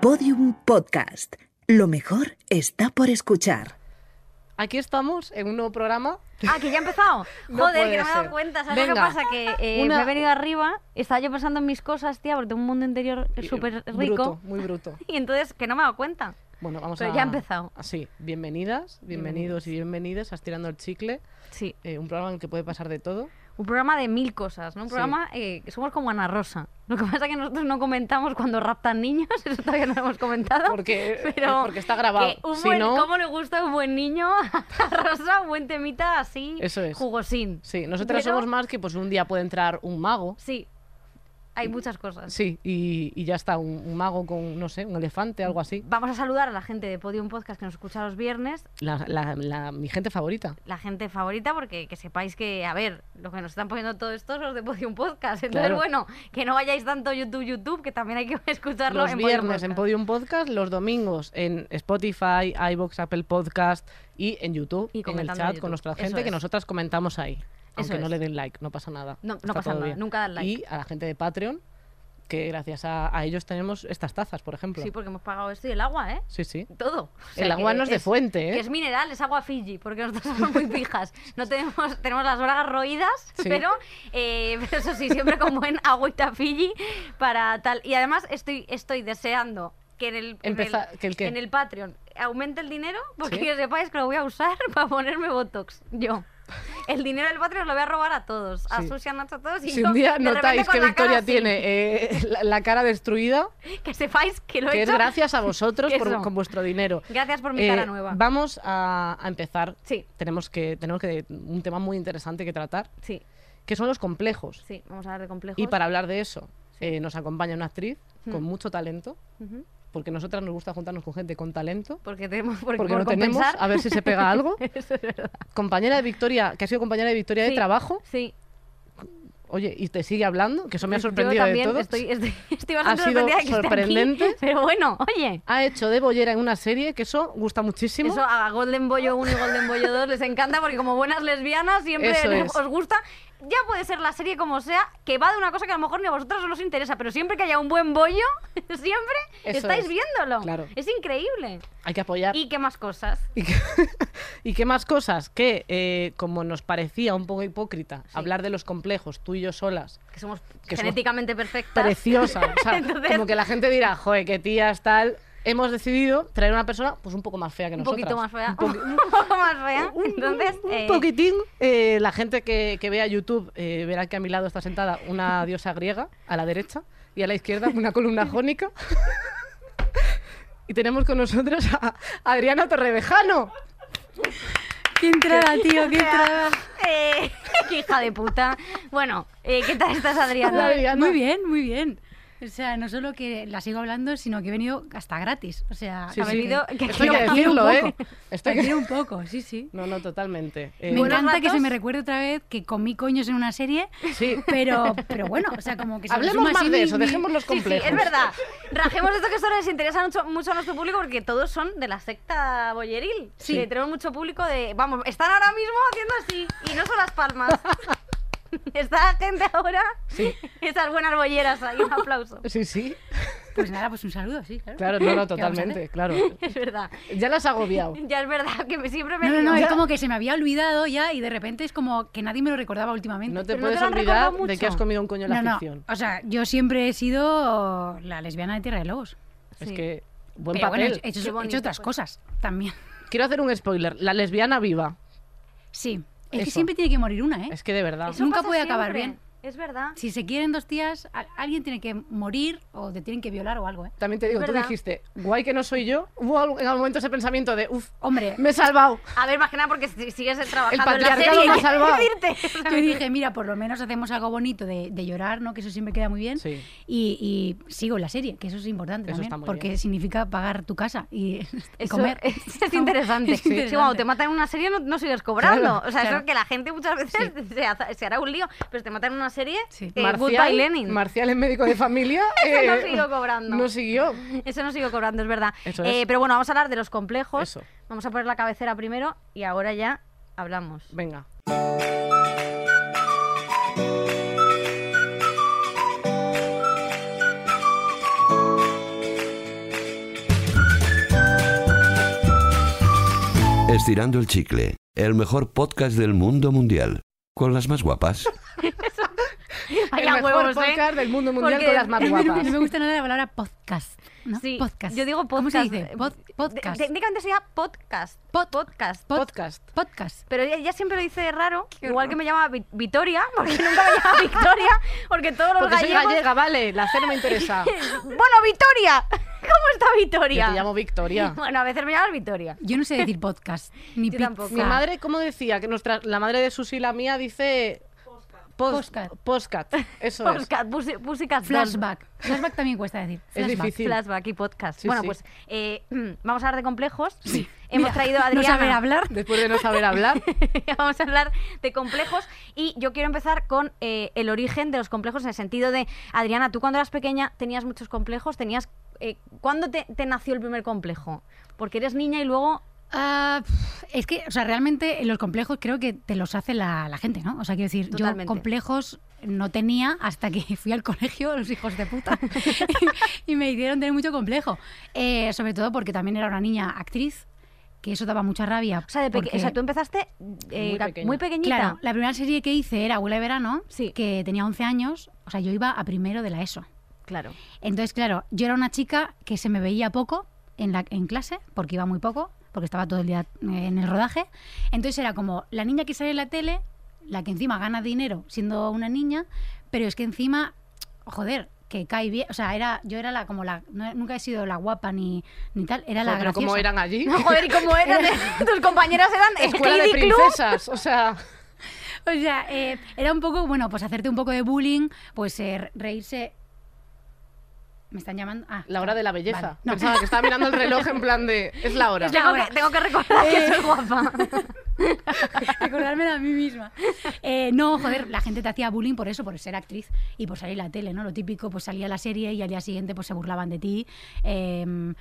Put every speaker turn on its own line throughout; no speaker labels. Podium Podcast. Lo mejor está por escuchar.
Aquí estamos en un nuevo programa.
Ah, que ya ha empezado.
No
Joder,
puede
que no me he dado
ser.
cuenta. ¿Sabes lo que
Venga.
pasa? Que eh,
Una-
me he venido arriba, estaba yo pensando en mis cosas, tía, porque tengo un mundo interior súper
eh, Bruto,
rico.
muy bruto.
Y entonces, que no me he dado cuenta.
Bueno, vamos
Pero
a...
ya ha empezado.
Así, bienvenidas, bienvenidos y bienvenidas a Estirando el Chicle,
Sí.
eh, un programa en el que puede pasar de todo.
Un programa de mil cosas, ¿no? Un
Sí.
programa eh, que somos como Ana Rosa. Lo que pasa es que nosotros no comentamos cuando raptan niños, eso todavía no lo hemos comentado.
Porque, eh,
pero
porque está grabado.
que un
Si
buen-
no-
¿Cómo le gusta un buen niño a Rosa? Un buen temita así,
Eso es.
jugosín.
Sí, nosotras
Pero-
somos más que pues un día puede entrar un mago.
Sí, hay muchas cosas.
Sí, y, y ya está, un, un mago con, no sé, un elefante, algo así.
Vamos a saludar a la gente de Podium Podcast que nos escucha los viernes,
La- la- la- mi gente favorita.
la gente favorita, porque que sepáis que, a ver, lo que nos están poniendo todos estos los de Podium Podcast. Entonces,
Claro.
bueno, que no vayáis tanto YouTube, YouTube, que también hay que escucharlo
Los
en
viernes en
Podcast.
Podium Podcast, los domingos en Spotify, iBox, Apple Podcast y en YouTube, en
Y
el
comentando en
chat
YouTube.
con nuestra
Eso
gente que
es.
nosotras comentamos ahí. Aunque no
es.
le den like, no pasa nada.
No- no
Está
pasa
todo
nada,
bien.
nunca dan like.
Y a la gente de Patreon, que gracias a, a ellos tenemos estas tazas, por ejemplo.
Sí, porque hemos pagado esto y el agua, ¿eh?
sí, sí.
Todo. O sea,
El agua
que
no es de fuente, ¿eh?
Que es mineral, es agua Fiji, porque nosotros somos muy pijas. No tenemos, tenemos las bragas roídas,
Sí.
pero, eh, pero eso sí, siempre con buen agüita Fiji para tal. Y además estoy, estoy deseando que en el, en
Empeza-
el-
¿que el qué?
en el Patreon aumente el dinero, porque
Sí.
que sepáis que lo voy a usar para ponerme Botox, yo. El dinero del Patreon lo voy a robar a todos, a
Sí.
Susi, a Nacho, a todos. Y
Si
yo,
un día
de repente,
notáis
con
que
la
Victoria
cara así,
tiene eh, la, la cara destruida,
Que sepáis que lo he
que es
hecho.
gracias a vosotros por,
Eso.
con vuestro dinero.
Gracias por mi
Eh,
cara nueva.
Vamos a, a empezar.
Sí,
Tenemos que tenemos que un tema muy interesante que tratar,
sí,
que son los complejos.
sí. Vamos a hablar de complejos.
Y para hablar de eso, eh, nos acompaña una actriz con
Mm.
mucho talento,
Ujú.
porque nosotras nos gusta juntarnos con gente con talento,
Porque tenemos por,
porque
por
no tenemos,
compensar.
a ver si se pega algo.
Eso es verdad.
Compañera de Victoria, que ha sido compañera de Victoria de
Sí.
trabajo,
Sí.
oye, y te sigue hablando, que eso me ha
Yo
sorprendido de
también
todo.
Estoy, estoy, estoy bastante
Ha sido
sorprendida de que esté aquí,
sorprendente.
pero bueno, oye.
Ha hecho de bollera en una serie, que eso gusta muchísimo.
Eso a Golden Boyo 1 y Golden Boyo 2 les encanta porque como buenas lesbianas siempre
Eso
les-
es.
os gusta. Ya puede ser la serie como sea, que va de una cosa que a lo mejor ni a vosotros os interesa, pero siempre que haya un buen bollo, siempre
Eso
estáis
es.
viéndolo.
Claro.
Es increíble.
Hay que apoyar.
¿Y qué más cosas?
¿Y qué, y qué más cosas? Que, eh, como nos parecía un poco hipócrita hablar de los complejos, tú y yo solas,
Que somos
Que somos
genéticamente perfectas.
preciosa, o sea,
Entonces-
como que la gente dirá, joder, qué tías, tal. Hemos decidido traer a una persona pues un poco más fea que
un
nosotras.
poquito más fea.
Un
Un,
poqui-
poco más fea.
un- un-
Entonces,
un
eh,
poquitín. Eh, la gente que, que vea YouTube eh, verá que a mi lado está sentada una diosa griega, a la derecha, y a la izquierda una columna jónica. y tenemos con nosotros a Adriana Torrevejano.
Qué entrada, tío, qué
O sea,
entrada.
eh, qué hija de puta. Bueno, eh, ¿qué tal estás, Adriana?
Hola. Adriana.
Muy bien, muy bien. O sea, no solo que la sigo hablando, sino que he venido hasta gratis. O sea,
Sí,
Ha
sí.
venido- que
Esto hay que
aquí
decirlo,
lo quiero
¿eh?
un poco.
Esto
me
hay que-
quiero un poco, sí, sí.
No, no, totalmente. Eh,
Me
Buenos
encanta que se
ratos.
me recuerde otra vez que comí coños en una serie,
Sí.
pero, pero bueno, o sea, como que se me
Hablemos
suma
más
así
de
mi-
eso,
mi-
dejemos los
Sí, sí,
complejos.
es verdad. Rajemos esto que esto les interesa mucho, mucho a nuestro público porque todos son de la secta boyeril.
Sí.
Que tenemos mucho público de... Vamos, están ahora mismo haciendo así y no son las palmas. Está gente ahora...
Sí.
Esas buenas bolleras ahí, un aplauso.
Sí, sí.
¿Eh?
Pues nada, pues un saludo, sí, claro.
Claro, no, no,
¿Qué vamos a
totalmente,
hacer?
claro.
Es verdad.
Ya las has agobiado.
Ya es verdad que me- siempre me
No, no,
lío.
no, es
Ya.
como que se me había olvidado ya y de repente es como que nadie me lo recordaba últimamente.
No te
Pero no
puedes
te lo han
olvidar
recordado
de que
mucho. Ah,
has comido un coño en la
no, no,
ficción.
o sea, yo siempre he sido la lesbiana de Tierra de Lobos.
Es
Sí.
que buen
pero
papel.
bueno, he hecho,
Qué
he hecho
bonito,
otras
pues.
cosas también.
Quiero hacer un spoiler. La lesbiana viva.
Sí. Es
Eso.
que siempre tiene que morir una, ¿eh?
Es que de verdad.
Eso
Nunca
pasa
puede acabar
siempre.
bien.
Es verdad.
Si se quieren dos tías, a- alguien tiene que morir o te tienen que violar o algo, ¿eh?
También te digo, tú
verdad.
dijiste, guay que no soy yo. Hubo algo- en algún momento ese pensamiento de, uff,
Hombre,
me he salvado.
A ver, más que nada porque si- sigues trabajando en la
patriarcado
serie.
me ha salvado.
quiero decirte.
yo dije, mira, por lo menos hacemos algo bonito de, de llorar, ¿no? Que eso siempre queda muy
Eh,
bien.
Sí.
Y, y sigo la serie, que eso es importante
Eso
también,
está muy
porque
bien.
significa pagar tu casa y, y
Eso
comer.
Es, es interesante.
Es
Sí,
interesante.
cuando te matan en una serie no, no sigues cobrando.
Claro,
o sea, eso
claro.
que la gente muchas veces se, hace- se hará un lío, pero si te matan en una serie,
Sí. eh,
eh, Goodbye Lenin.
Marcial es médico de familia. eh,
Ese no siguió cobrando.
No siguió.
Eso no sigo cobrando, es verdad.
Eso
Eh,
es.
pero bueno, vamos a hablar de los complejos.
Eso.
Vamos a poner la cabecera primero y ahora ya hablamos.
Venga.
Estirando el Chicle, el mejor podcast del mundo mundial, con las más guapas.
Hay
el
a
mejor
huevos, ¿eh?
podcast del mundo mundial
Porque-
con las más
No
guapas.
me gusta nada la palabra podcast. ¿no?
Sí,
podcast.
yo digo
¿Cómo se
podcast,
dice?
eh,
Pod- podcast.
Técnicamente sería podcast.
Pod-
podcast.
pod-
Podcast.
podcast.
Pero ella, ella siempre lo dice raro, igual que me llama Vi- Vitoria, porque nunca me llama Victoria, porque todos los
Porque soy
gallegos...
gallega, vale, la C no me interesa.
Bueno, Vitoria. ¿Cómo está Vitoria?
Yo te llamo Victoria.
Bueno, a veces me llamas Vitoria.
Yo no sé decir podcast. Ni
Yo
pizza.
tampoco.
Mi madre, ¿cómo decía? Que nuestra, la madre de Susi, la mía, dice... Post,
Postcat.
postcat. Eso
Podcast, pusi- Pussycat Dolls.
Flashback. Flashback también cuesta decir.
es. Es
Flashback.
difícil.
Flashback y podcast.
Sí,
bueno,
sí.
pues eh, vamos a hablar de complejos. Hemos traído a
No
Adriana.
saber hablar.
Después de no saber hablar.
vamos a hablar de complejos y yo quiero empezar con eh, el origen de los complejos en el sentido de, Adriana, tú cuando eras pequeña tenías muchos complejos, tenías... eh, ¿Cuándo te, te nació el primer complejo? Porque eres niña y luego...
Ah, pf, es que, o sea, realmente los complejos creo que te los hace la, la gente, ¿no? O sea, quiero decir,
Totalmente.
yo complejos no tenía hasta que fui al colegio, los hijos de puta, y me hicieron tener mucho complejo. Eh, sobre todo porque también era una niña actriz, que eso daba mucha rabia.
O sea, de peque-
porque-
o sea tú empezaste eh,
Muy
ca-
pequeña.
muy pequeñita.
Claro, la primera serie que hice era Abuela de Verano,
Sí.
que tenía 11 años, o sea, yo iba a primero de la ESO.
Claro.
Entonces, claro, yo era una chica que se me veía poco en, la, en clase, porque iba muy poco, porque estaba todo el día eh, en el rodaje. Entonces era como la niña que sale en la tele, la que encima gana dinero siendo una niña, pero es que encima, joder, que cae bien. O sea, era, yo era la como la. no- nunca he sido la guapa ni, ni tal, era la
Joder, pero como
graciosa.
eran allí.
Joder, ¿y cómo eran? Tus compañeras eran
Escuela de
Heidi Klum.
princesas. O sea,
O sea, eh, era un poco, bueno, pues hacerte un poco de bullying, pues eh, reírse. Me están llamando. Ah,
la hora de la
vale.
belleza.
No.
Pensaba que estaba mirando el reloj en plan de... Es la hora.
Es la
Tengo
hora.
que, tengo que recordar que
Eh.
soy guapa.
Recordármela a mí misma. Eh, no, joder, la gente te hacía bullying por eso, por ser actriz y por salir en la tele, ¿no? Lo típico, pues salía la serie y al día siguiente pues se burlaban de ti em,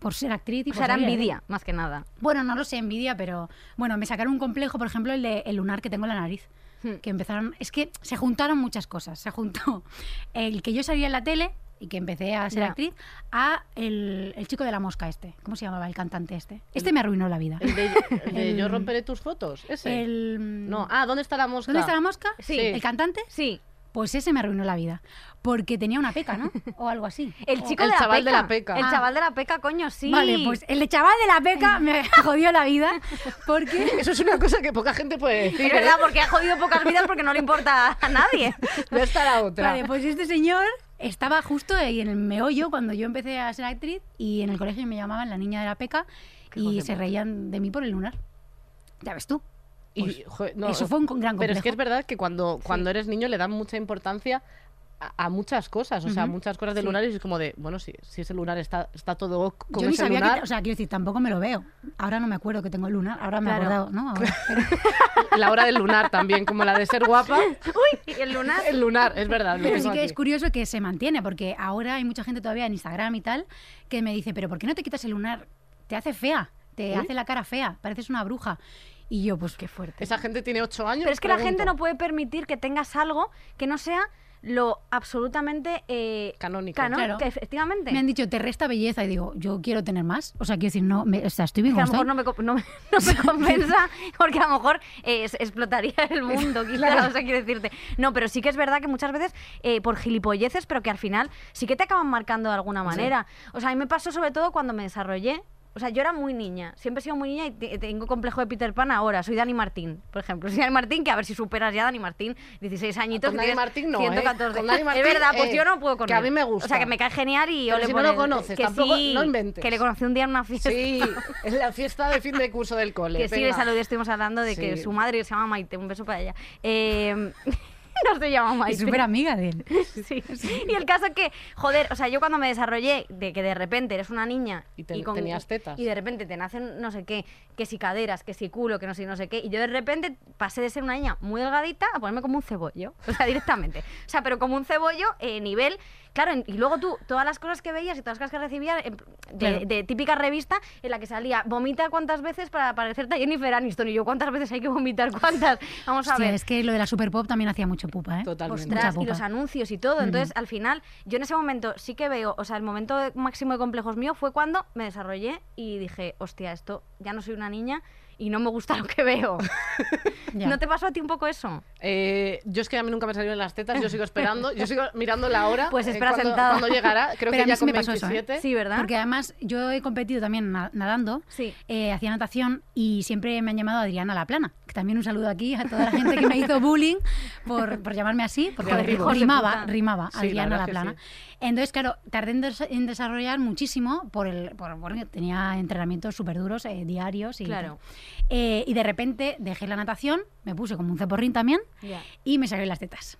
por ser actriz y
O
por
sea, era
salir en la tele.
envidia, más que nada.
Bueno, no lo sé, envidia, pero bueno, me sacaron un complejo, por ejemplo, el, de- el lunar que tengo en la nariz.
Hmm.
Que empezaron, es que se juntaron muchas cosas. Se juntó el que yo salía en la tele y que empecé a ser
Ya.
actriz, a el, el chico de la mosca este. ¿Cómo se llamaba el cantante este? Este me arruinó la vida.
El de, el de yo romperé tus fotos. Ese.
El-
No. Ah, ¿dónde está la mosca?
¿Dónde está la mosca?
Sí.
¿El cantante?
Sí,
Pues ese me arruinó la vida. Porque tenía una peca, ¿no? O algo así.
el
O-
chico
el
de la
chaval
peca.
de la peca.
El
Ah.
chaval de la peca, coño, sí.
Vale, pues el chaval de la peca me jodió la vida. Porque.
Eso es una cosa que poca gente puede decir.
Es
¿eh?
verdad, porque ha jodido pocas vidas porque no le importa a nadie.
Ya está la otra.
Vale, pues este señor estaba justo ahí en el meollo cuando yo empecé a ser actriz y en el colegio me llamaban la niña de la peca
hijos
y
de
se
puta.
reían de mí por el lunar. Ya ves tú.
Y,
Pues,
joe, no,
eso fue un con- gran
Pero es que
complejo.
es verdad que cuando, cuando eres niño le dan mucha importancia a, a muchas cosas, o sea,
Ujú.
muchas cosas de
Sí.
lunares y es como de, bueno, si, si ese lunar está, está todo ok con
Yo ni
ese
sabía
lunar,
que. O sea, quiero decir, tampoco me lo veo. Ahora no me acuerdo que tengo el lunar. Ahora me he
Claro.
acordado, ¿no? Ahora.
la hora del lunar también, como la de ser guapa,
Uy, y el lunar.
el lunar, es verdad. lo
Pero sí
tengo
que
aquí.
es curioso que se mantiene, porque ahora hay mucha gente todavía en Instagram y tal que me dice, pero ¿por qué no te quitas el lunar? Te hace fea, te hace la cara fea, pareces una bruja. Y yo, pues qué fuerte.
Esa gente tiene ocho años.
Pero es que la gente no
pregunto.
puede permitir que tengas algo que no sea lo absolutamente eh,
Canónico.
cano-
Claro.
que efectivamente.
Me han dicho, te resta belleza, y digo, yo quiero tener más. O sea, quiero decir, no, me- o sea, estoy bien
que a lo
como
mejor no me, co- no
estoy.
me- no me compensa, porque a lo mejor eh, es- explotaría el mundo, quizá, o sea, quiero decirte. No, pero sí que es verdad que muchas veces eh, por gilipolleces, pero que al final sí que te acaban marcando de alguna manera. O sea, a mí me pasó sobre todo cuando me desarrollé. O sea, yo era muy niña, siempre he sido muy niña y te- tengo complejo de Peter Pan ahora. Soy Dani Martín, por ejemplo. Soy Dani Martín, que a ver si superas ya a Dani Martín, 16 añitos.
Con Dani
que tienes
Martín no, ¿eh?
114.
Con Dani Martín,
es verdad, pues
eh,
yo no puedo con
que a
él.
mí me
O sea,
gusta.
que me cae genial y yo
Pero
le
si no lo
pone-
conoces,
que
tampoco-
sí,
no inventes.
Que le conocí un día en una fiesta.
Sí, es la fiesta de fin de curso del cole.
Que sí,
venga.
le saludé, estuvimos hablando de que
Sí.
su madre se llama Maite, un beso para ella. Eh, no se llama
Y
Maite.
súper amiga de él.
Sí. Y el caso es que, joder, o sea, yo cuando me desarrollé de que de repente eres una niña
Y te- tenías tetas.
y de repente te nacen no sé qué, que si caderas, que si culo, que no sé, no sé qué, y yo de repente pasé de ser una niña muy delgadita a ponerme como un cebollo, o sea, directamente. O sea, pero como un cebollo eh, nivel, claro, en- y luego tú todas las cosas que veías y todas las cosas que recibías en- de,
Claro.
de típica revista en la que salía, vomita cuántas veces para parecerte a Jennifer Aniston y yo cuántas veces hay que vomitar, cuántas. Vamos a
Hostia,
ver.
es que lo de la super pop también hacía mucho pupa, ¿eh?
Totalmente.
Mucha
Ostras, y
pupa.
los anuncios y
Mm.
todo. Entonces, al final, yo en ese momento sí que veo, o sea, el momento máximo de complejos mío fue cuando me desarrollé y dije, hostia, esto ya no soy una niña. y no me gusta lo que veo.
Ya.
¿No te pasó a ti un poco eso?
Eh, yo es que a mí nunca me salieron las tetas, yo sigo esperando, yo sigo mirando la hora.
Pues
eh,
espera
cuando-
sentada.
Cuando llegará, creo
Pero a
que
mí
ya
sí
con
me pasó eso, ¿eh?
27.
Sí, ¿verdad?
Porque además yo he competido también na- nadando.
Sí.
eh, hacía natación y siempre me han llamado Adriana La Plana. Que también un saludo aquí a toda la gente que me hizo bullying por, por llamarme así, porque
Joder,
ri-
hijos de
rimaba,
puta.
rimaba
Sí, la
Adriana
verdad
La
es que
Plana. Entonces, claro, tardé en, des- en desarrollar muchísimo por el, por, porque tenía entrenamientos súper duros, eh, diarios y
Claro.
tal. Eh, y de repente dejé la natación, me puse como un ceporrín también
Ya.
y me salieron las tetas.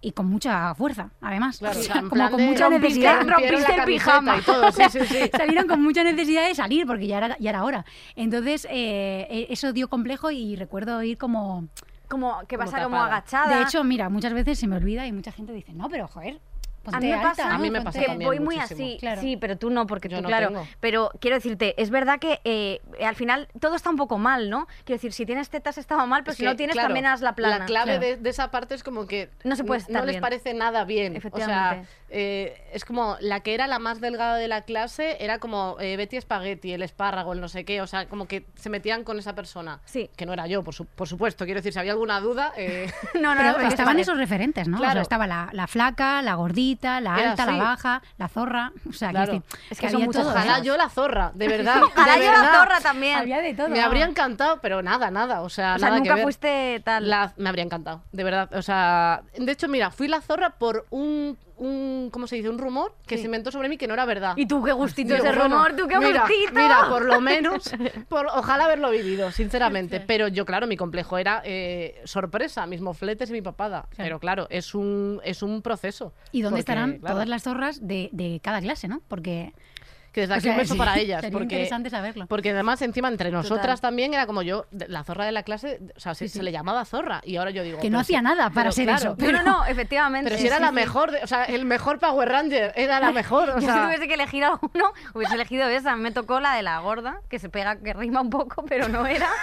Y con mucha fuerza, además.
Claro,
O sea,
en
como
plan
con
de
mucha
rompiste-
necesidad.
rompieron
rompiste
la
el
camiseta
pijama.
Y todo, sí, sí, sí.
salieron con mucha necesidad de salir porque ya era, ya era hora. Entonces, eh, eh, eso dio complejo y recuerdo ir como...
Como que
Como
vas a como
tapada.
agachada.
De hecho, mira, muchas veces se me olvida y mucha gente dice, no, pero joder, ponte
a mí me
alta,
pasa,
¿no?
A mí me
Ponte-".
pasa
que
también
voy muy
muchísimo.
así.
Claro.
Sí, pero tú no, porque
Yo
tú,
no
claro.
tengo.
Pero quiero decirte, es verdad que eh, al final todo está un poco mal, ¿no? Quiero decir, si tienes tetas estaba mal, pero
Es
si
que,
no tienes
claro,
también haz la plana.
La clave
Claro.
de, de esa parte es como que
No se puede
n-
estar
les
bien.
parece nada bien. O sea,
Efectivamente.
eh, es como la que era la más delgada de la clase era como eh, Betty Spaghetti, el espárrago, el no sé qué. O sea, como que se metían con esa persona.
Sí.
Que no era yo, por, su- por supuesto. Quiero decir, si había alguna duda. eh,
No, no,
Pero
no, pero
estaban
está-
esos referentes, ¿no? O sea,
Claro.
estaba la, la flaca, la gordita, la
Era
alta, la
así.
baja, la zorra. O sea, quiero
Claro.
decir,
Es que son
había
muchos
todo,
ojalá
¿no?
yo la zorra, de verdad.
Ojalá
de
yo la
verdad.
zorra también.
Había de todo.
Me
¿no?
habría encantado, pero nada, nada. O sea,
o sea,
nada que
nunca
ver.
fuiste tal.
La- me habría encantado, de verdad. O sea, de hecho, mira, fui la zorra por un, un ¿cómo se dice? Un rumor que se inventó sobre mí que no era verdad.
Y tú qué gustito
Digo,
ese
bueno,
rumor, tú qué
mira,
gustito.
Mira, por lo menos, por, ojalá haberlo vivido, sinceramente. Pero yo, claro, mi complejo era eh, sorpresa, mis mofletes y mi papada. Pero claro, es un, es un proceso.
¿Y dónde
Porque,
estarán
claro,
todas las zorras de, de cada clase, no? Porque
Que desde
O
aquí
sea,
un beso
sí,
para ellas.
sería
Porque,
interesante saberlo.
Porque además, encima, entre nosotras también era como yo, de- la zorra de la clase, o sea, se, se le llamaba zorra. Y ahora yo digo.
que
pero
no hacía
sí,
nada para
pero
ser
claro,
eso.
No, no, no, efectivamente.
Pero si era la mejor, de- o sea, el mejor Power Ranger, era la mejor, o
Yo si
sea,
tuviese que elegir alguno, hubiese elegido esa. A mí Me tocó la de la gorda, que se pega, que rima un poco, pero no era.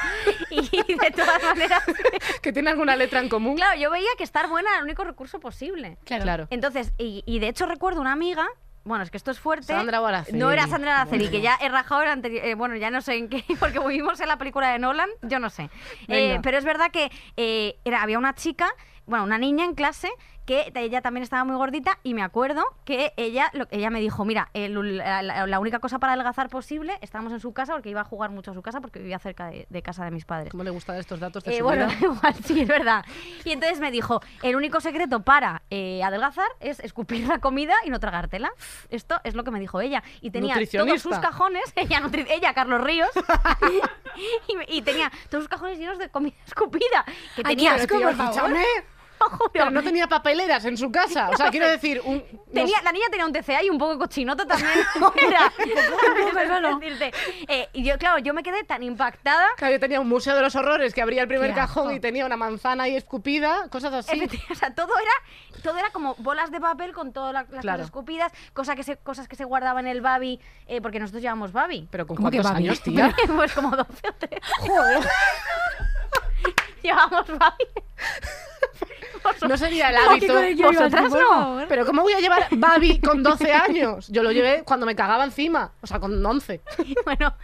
Y de todas maneras,
que tiene alguna letra en común.
claro, yo veía que estar buena era el único recurso posible.
Claro.
Claro.
Entonces, y, y de hecho recuerdo una amiga, bueno, es que esto es fuerte.
Sandra Guaraceli.
No era Sandra Araceli,
Bueno.
que ya he rajado el anterior. eh, bueno, ya no sé en qué, porque vivimos en la película de Nolan, yo no sé. Eh,
Venga.
pero es verdad que eh, era, había una chica, bueno, una niña en clase que ella también estaba muy gordita y me acuerdo que ella lo- ella me dijo, mira, el- la, la- la única cosa para adelgazar posible, estábamos en su casa porque iba a jugar mucho a su casa porque vivía cerca de- de casa de mis padres.
¿Cómo le gustan estos datos de
Eh,
su
bueno,
vida?
igual, sí, es verdad. Y entonces me dijo, el único secreto para eh, adelgazar es escupir la comida y no tragártela. Esto es lo que me dijo ella. Y tenía todos
Nutricionista.
sus cajones, ella, nutri- ella Carlos Ríos, y, y tenía todos sus cajones llenos de comida escupida. Que
Ay, qué
tenía,
asco, por favor.
Escúchame,
lo juro.
Pero no tenía papeleras en su casa, o sea, quiero decir, un... no
Tenía, La niña tenía un TCA y un poco cochinoto también. Era.
solo.
Decirte. Eh, y yo, claro, yo me quedé tan impactada
Claro, yo tenía un museo de los horrores que abría el primer
Qué
cajón
asco.
y tenía una manzana ahí escupida, cosas así.
Efecti- O sea, todo era, todo era como bolas de papel con todas la- las
Claro.
cosas escupidas, cosa que se, cosas que se guardaban en el babi, eh, porque nosotros llevamos babi.
Pero con
¿Cómo que
cuántos
Babi?
años, tía.
pues como 12 o 13
Joder.
llevamos babi.
No sería el
Ay, qué
hábito.
colegio ibas tú,
vosotras
por
no.
favor.
Pero ¿cómo voy a llevar Babi con 12 años? Yo lo llevé cuando me cagaba encima, o sea, con 11.
bueno,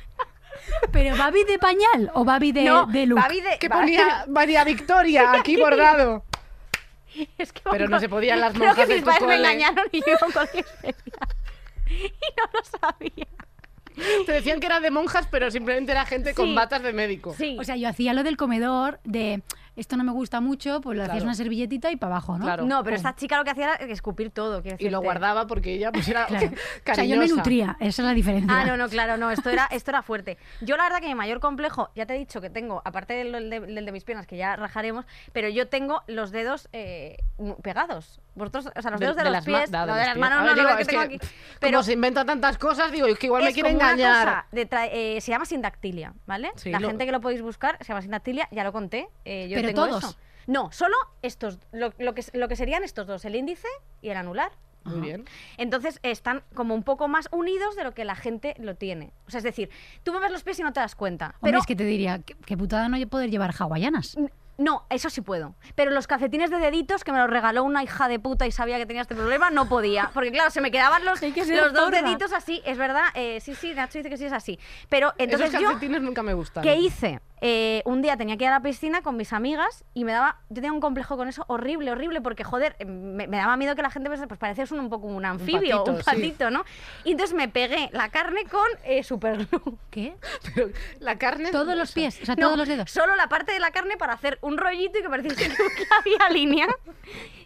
Pero Babi de pañal o Babi
Eh,
de,
no,
de look.
babi de
Que
babi-
ponía María Victoria aquí bordado.
es que
Pero no se podían las
Creo que
monjas
mis
estos
padres
con
me
el-
engañaron y yo con cualquier feria. Y no lo sabía.
Te decían que era de monjas, pero simplemente era gente
Sí.
con batas de médico.
Sí.
O sea, yo hacía lo del comedor, de esto no me gusta mucho, pues lo hacías
Claro.
una servilletita y para abajo, ¿no?
Claro.
no, pero esta chica lo que hacía era escupir todo. quiero
Y lo
decirte.
guardaba porque ella pues era
Claro.
cariñosa.
O sea, yo me nutría, esa es la diferencia.
Ah, no, no, claro, no, esto era, esto era fuerte. Yo la verdad que mi mayor complejo, ya te he dicho que tengo, aparte del del de, del de mis piernas, que ya rajaremos, pero yo tengo los dedos eh, pegados. Vosotros, o sea, los
De-
dedos de,
de
los
las ma-
pies,
da, de
no, de
los
las
pies.
manos,
A ver,
no,
digo,
no, es que
es
tengo
que
aquí.
Como se inventa tantas cosas, digo, es que igual me
es
quiere
como una
engañar.
cosa de tra- eh, se llama sindactilia, ¿vale?
Sí,
la
lo-
gente que lo podéis buscar se llama sindactilia, ya lo conté. eh, yo
Pero
tengo
todos.
eso. No, solo estos, lo, lo que, lo que serían estos dos, el índice y el anular.
Muy bien.
Entonces están como un poco más unidos de lo que la gente lo tiene. O sea, es decir, tú me ves los pies y no te das cuenta.
Hombre,
Pero
es que te diría, qué, qué putada no poder llevar hawaianas.
n- no, eso sí puedo. Pero los calcetines de deditos que me los regaló una hija de puta y sabía que tenía este problema, no podía. Porque claro, se me quedaban los,
Hay que ser
los dos
zorra.
deditos así. Es verdad, eh, sí, sí, Nacho dice que sí es así. Pero entonces
Esos
yo,
calcetines nunca me gustan.
¿qué hice? eh, un día tenía que ir a la piscina con mis amigas y me daba. Yo tenía un complejo con eso horrible, horrible, porque joder, em, me, me daba miedo que la gente pensara, pues pareces un, un poco un anfibio,
patito,
un patito,
sí.
¿no? Y entonces me pegué la carne con eh, superglue.
¿Qué?
Pero la carne.
Todos los pies, o sea,
No,
todos los dedos.
Solo la parte de la carne para hacer un rollito y que pareciese que había línea.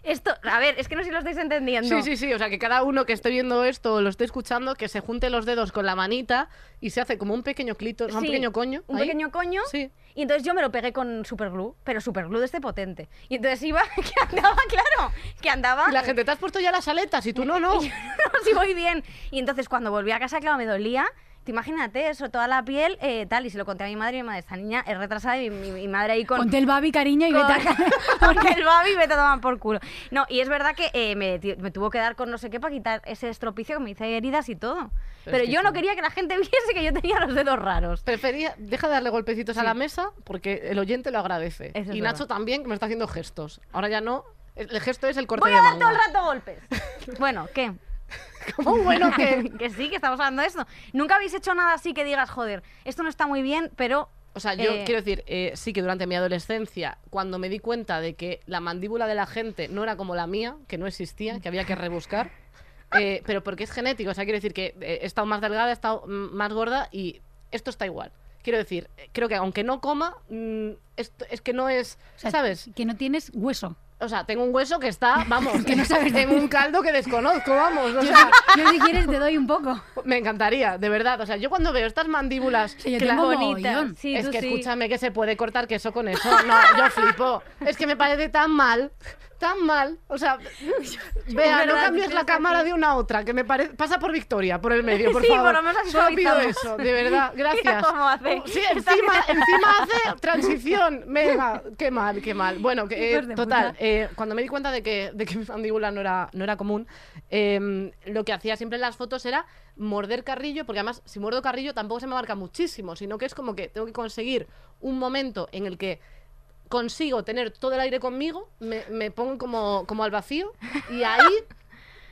Esto, a ver, es que no sé si lo estáis entendiendo.
Sí, sí, sí. O sea, que cada uno que esté viendo esto o lo esté escuchando, que se junte los dedos con la manita y se hace como un pequeño clito, un
Sí,
pequeño coño.
Un
ahí.
pequeño coño.
Sí.
Y entonces yo me lo pegué con superglue, pero superglue de este potente. Y entonces iba, que andaba, claro, que andaba.
Y la gente, te has puesto ya las aletas y tú no, no.
no, si voy bien. Y entonces cuando volví a casa, claro, me dolía. Te imagínate eso, toda la piel, eh, tal. Y se lo conté a mi madre y mi madre, esta niña es retrasada y mi, mi madre ahí con...
Ponte el babi, cariño, y
con-
vete a...
con el babi vete a tomar por culo. No, y es verdad que eh, me, ti- me tuvo que dar con no sé qué para quitar ese estropicio que me hice heridas y todo.
Pero
Pero,
es que
yo no
sí.
quería que la gente viese que yo tenía los dedos raros.
Prefería, deja de darle golpecitos a la mesa porque el oyente lo agradece.
Eso es
y Nacho
verdad.
también, que me está haciendo gestos. Ahora ya no. El el gesto es el corte
Voy
de
a dar todo
manga.
el rato golpes. bueno, ¿qué?
Oh, bueno, que...
que sí, que estamos hablando de esto. Nunca habéis hecho nada así que digas, joder, esto no está muy bien, pero...
O sea, yo
eh,
quiero decir, eh, sí que durante mi adolescencia, cuando me di cuenta de que la mandíbula de la gente no era como la mía, que no existía, que había que rebuscar, eh, pero porque es genético, o sea, quiero decir que eh, he estado más delgada, he estado mm, más gorda y esto está igual. Quiero decir, eh, creo que aunque no coma, mm, esto- es que no es,
O sea,
¿sabes?
Que no tienes hueso.
O sea, tengo un hueso que está, vamos,
Que no sabes de-
en un caldo que desconozco, vamos. O
Yo,
sea,
si- yo si quieres te doy un poco.
me encantaría, de verdad. O sea, yo cuando veo estas mandíbulas
Sí, yo
que la-
tengo
bonita.
mogollón.
Sí,
es
tú
que
sí.
escúchame que se puede cortar queso con eso. No, yo flipo. Es que me parece tan mal, tan mal. O sea, vea, no
verdad,
cambies la
estoy
cámara
aquí.
de una a otra, que me parece. Pasa por Victoria, por el medio, por
Sí,
favor.
por lo menos así
Solo pido
suavizamos.
eso, de verdad, gracias. Uh,
Mira cómo hace.
Sí,
Está
encima, encima hace transición. Venga, qué mal, qué mal. Bueno, que, eh,
Hijos de
total,
puta.
eh, cuando me di cuenta de que, de que mi mandíbula no era, no era común, eh, lo que hacía siempre en las fotos era morder carrillo, porque además si muerdo carrillo tampoco se me marca muchísimo, sino que es como que tengo que conseguir un momento en el que consigo tener todo el aire conmigo, me, me pongo como, como al vacío y ahí